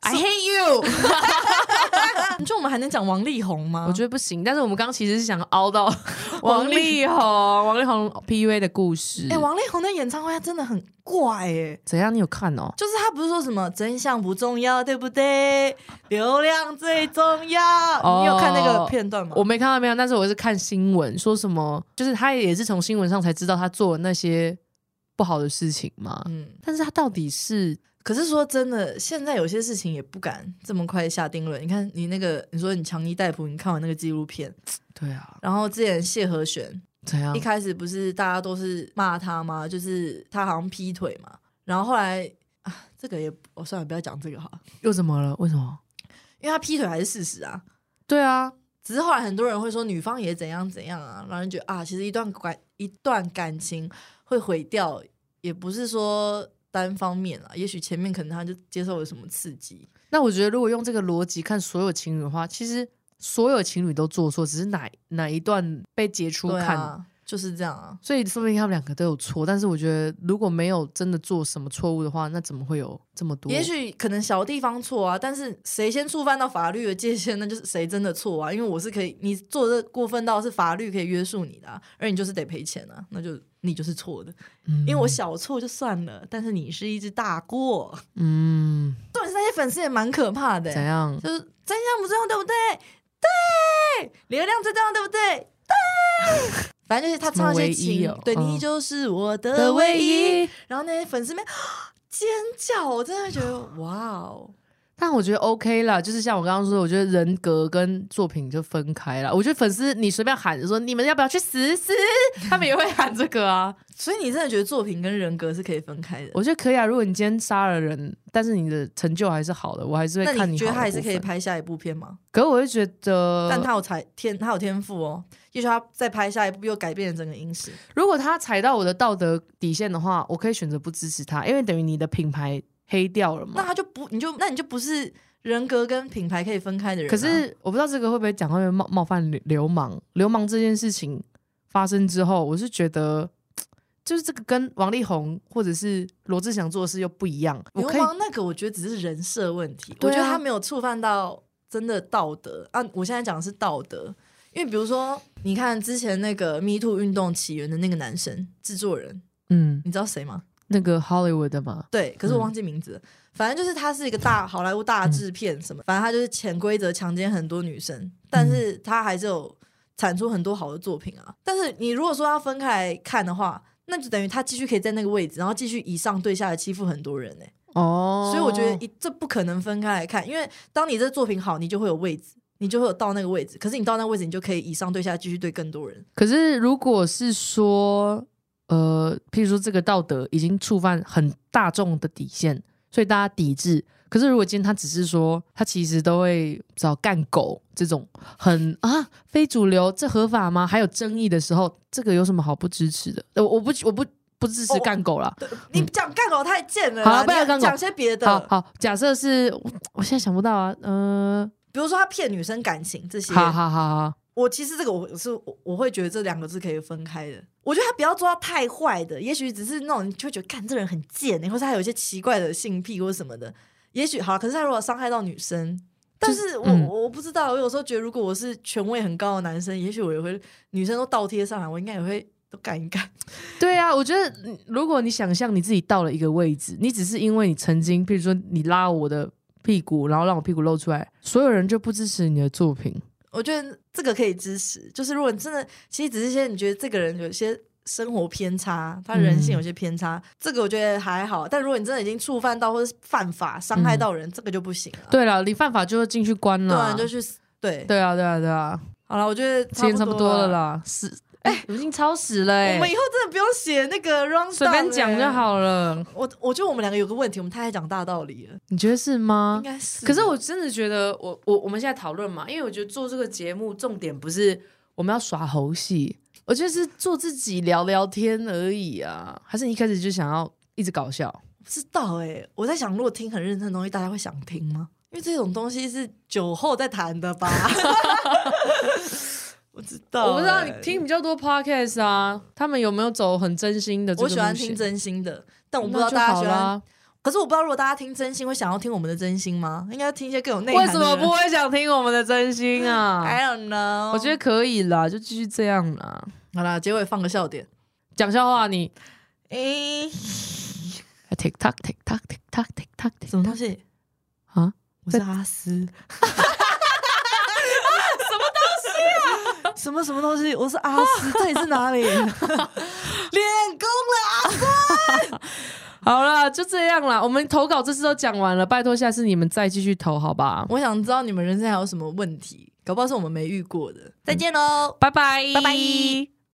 ？I hate you。
啊你觉得我们还能讲王力宏吗？
我觉得不行，但是我们刚刚其实是想凹到王 力宏，王力宏 PUA 的故事。
哎、王力宏的演唱会他真的很怪哎、
怎样？你有看哦？
就是他不是说什么真相不重要，对不对？流量最重要。
哦
你有看那个片段吗？
我没看到没有，但是我是看新闻，说什么就是他也是从新闻上才知道他做了那些不好的事情嘛。
嗯，
但是他到底是
可是说真的，现在有些事情也不敢这么快下定论。你看你那个，你说你强尼戴普，你看完那个纪录片，
对啊？
然后之前谢和弦
怎样
一？开始不是大家都是骂他吗？就是他好像劈腿嘛，然后后来啊，这个也我、算了，不要讲这个好了，
又怎么了？为什么？
因为他劈腿还是事实啊。
对啊，
只是后来很多人会说女方也怎样怎样啊，让人觉得啊，其实一段感一段感情会毁掉，也不是说单方面啊，也许前面可能他就接受了什么刺激，
那我觉得如果用这个逻辑看所有情侣的话，其实所有情侣都做错，只是哪哪一段被截出
对
看。
啊，就是这样啊。
所以说明他们两个都有错，但是我觉得如果没有真的做什么错误的话，那怎么会有这么多？
也许可能小地方错啊，但是谁先触犯到法律的界限，那就是谁真的错啊。因为我是可以，你做的过分到是法律可以约束你的、啊，而你就是得赔钱啊，那就你就是错的。
嗯，
因为我小错就算了，但是你是一只大过。
嗯
重点是那些粉丝也蛮可怕的欸、
怎样？
就是真相不重要，对不对？对，流量最重要，对不对？对。 反正就是他唱那些
什么唯一
情，
哦
对、
嗯
你就是我的
的
唯
唯
一。
一，
然后那些粉丝们尖叫，我真的觉得哇哦！
但我觉得 OK 啦，就是像我刚刚说的，我觉得人格跟作品就分开了。我觉得粉丝你随便喊说你们要不要去死 死，他们也会喊这个啊。
所以你真的觉得作品跟人格是可以分开的？
我觉得可以啊，如果你今天杀了人，但是你的成就还是好的，我还是会
那
看
你觉得
好
他
的
还是
部
可以
分。呃
拍下一部片吗？
可是我会觉得，
但他有才天，他有天赋哦。也许他再拍下一部，又改变了整个影史。
如果他踩到我的道德底线的话，我可以选择不支持他，因为等于你的品牌黑掉了
那
嘛。
他就不，你就那你就不是人格跟品牌可以分开的人啊、
可是我不知道这个会不会讲会不会冒冒犯流流氓？流氓这件事情发生之后，我是觉得。就是这个跟王力宏或者是罗志祥做的事又不一样，我
流
可以
氓那个，我觉得只是人设问题。我
对啊
觉得他没有触犯到真的道德啊。我现在讲的是道德，因为比如说，你看之前那个 Me Too 运动起源的那个男生制作人，
嗯，
你知道谁吗？
那个 Hollywood 的嘛，
对，可是我
嗯
忘记名字了。反正就是他是一个大好莱坞大制片什么，反正他就是潜规则强奸很多女生，但
嗯
是他还是有产出很多好的作品啊。但是你如果说要分开来看的话，那就等于他继续可以在那个位置，然后继续以上对下的欺负很多人呢、欸
哦
所以我觉得一这不可能分开来看，因为当你这作品好，你就会有位置，你就会有到那个位置。可是你到那个位置，你就可以以上对下继续对更多人。
可是如果是说，呃，譬如说这个道德已经触犯很大众的底线，所以大家抵制。可是如果今天他只是说，他其实都会找干狗这种很啊非主流，这合法吗？还有争议的时候，这个有什么好不支持的？呃，我不我不不支持
哦
干狗啦。
对你讲干狗太贱了
嗯好
啦，
了不要
你
干狗
讲些别的。
好好，假设是我我现在想不到啊，嗯、
比如说他骗女生感情这些，
好好好好，
我其实这个我是我我会觉得这两个字可以分开的。我觉得他不要做到太坏的，也许只是那种你就会觉得干这人很贱，欸或是他有一些奇怪的性癖或什么的。也许好，可是他如果伤害到女生，但是我、
嗯
我不知道，我有时候觉得如果我是权威很高的男生，也许我也会女生都倒贴上来，我应该也会都干一干。
对啊，我觉得嗯如果你想象你自己到了一个位置，你只是因为你曾经，譬如说你拉我的屁股，然后让我屁股露出来，所有人就不支持你的作品。
我觉得这个可以支持，就是如果你真的其实只是一些你觉得这个人有些生活偏差，他人
嗯
性有些偏差，这个我觉得还好。但如果你真的已经触犯到或是犯法伤害到人，这个就不行了。
嗯对了，你犯法就会进去关
对
了
啊，。你就去对。
对啊，对啊，对啊，
好了，我觉得
时间差不多了
啦。
啦，是哎、我已经超时了哎、
我们以后真的不用写那个 round，
随便讲就。好了，
我我觉得我们两个有个问题，我们太爱讲大道理了，
你觉得是吗
应？该是。
啊可是我真的觉得我，我我们现在讨论嘛，因为我觉得做这个节目重点不是我们要耍猴戏，我觉得是做自己聊聊天而已啊。还是你一开始就想要一直搞笑？
不知道哎、我在想，如果听很认真的东西，大家会想听吗？因为这种东西是酒后再谈的 吧？我知道、欸
我不知道你。听比较多 podcast 啊，他们有没有走很真心的这个
我
路
喜
线？
欢听真心的，但我不
那就好啦，
知道大家喜欢。可是我不知道，如果大家听真心，会想要听我们的真心吗？应该要听一些更有内
为
涵
什
的。哎
么不会想听我们的真心啊？
？I don't know。
我觉得可以啦，就继续这样啦。
好啦，结尾放个笑点。
讲笑话啊你哎
诶、
tick tock tick tock tick tock tick tock tick
什么东西？
啊？
我是阿 斯。什么东西啊？什么什么东西？我是阿斯，这里是哪 里？练功了。
好了，就这样啦。我们投稿这次都讲完了，拜托下次你们再继续投，好吧？
我想知道你们人生还有什么问题，搞不好是我们没遇过的。再见喽。
拜拜，
拜拜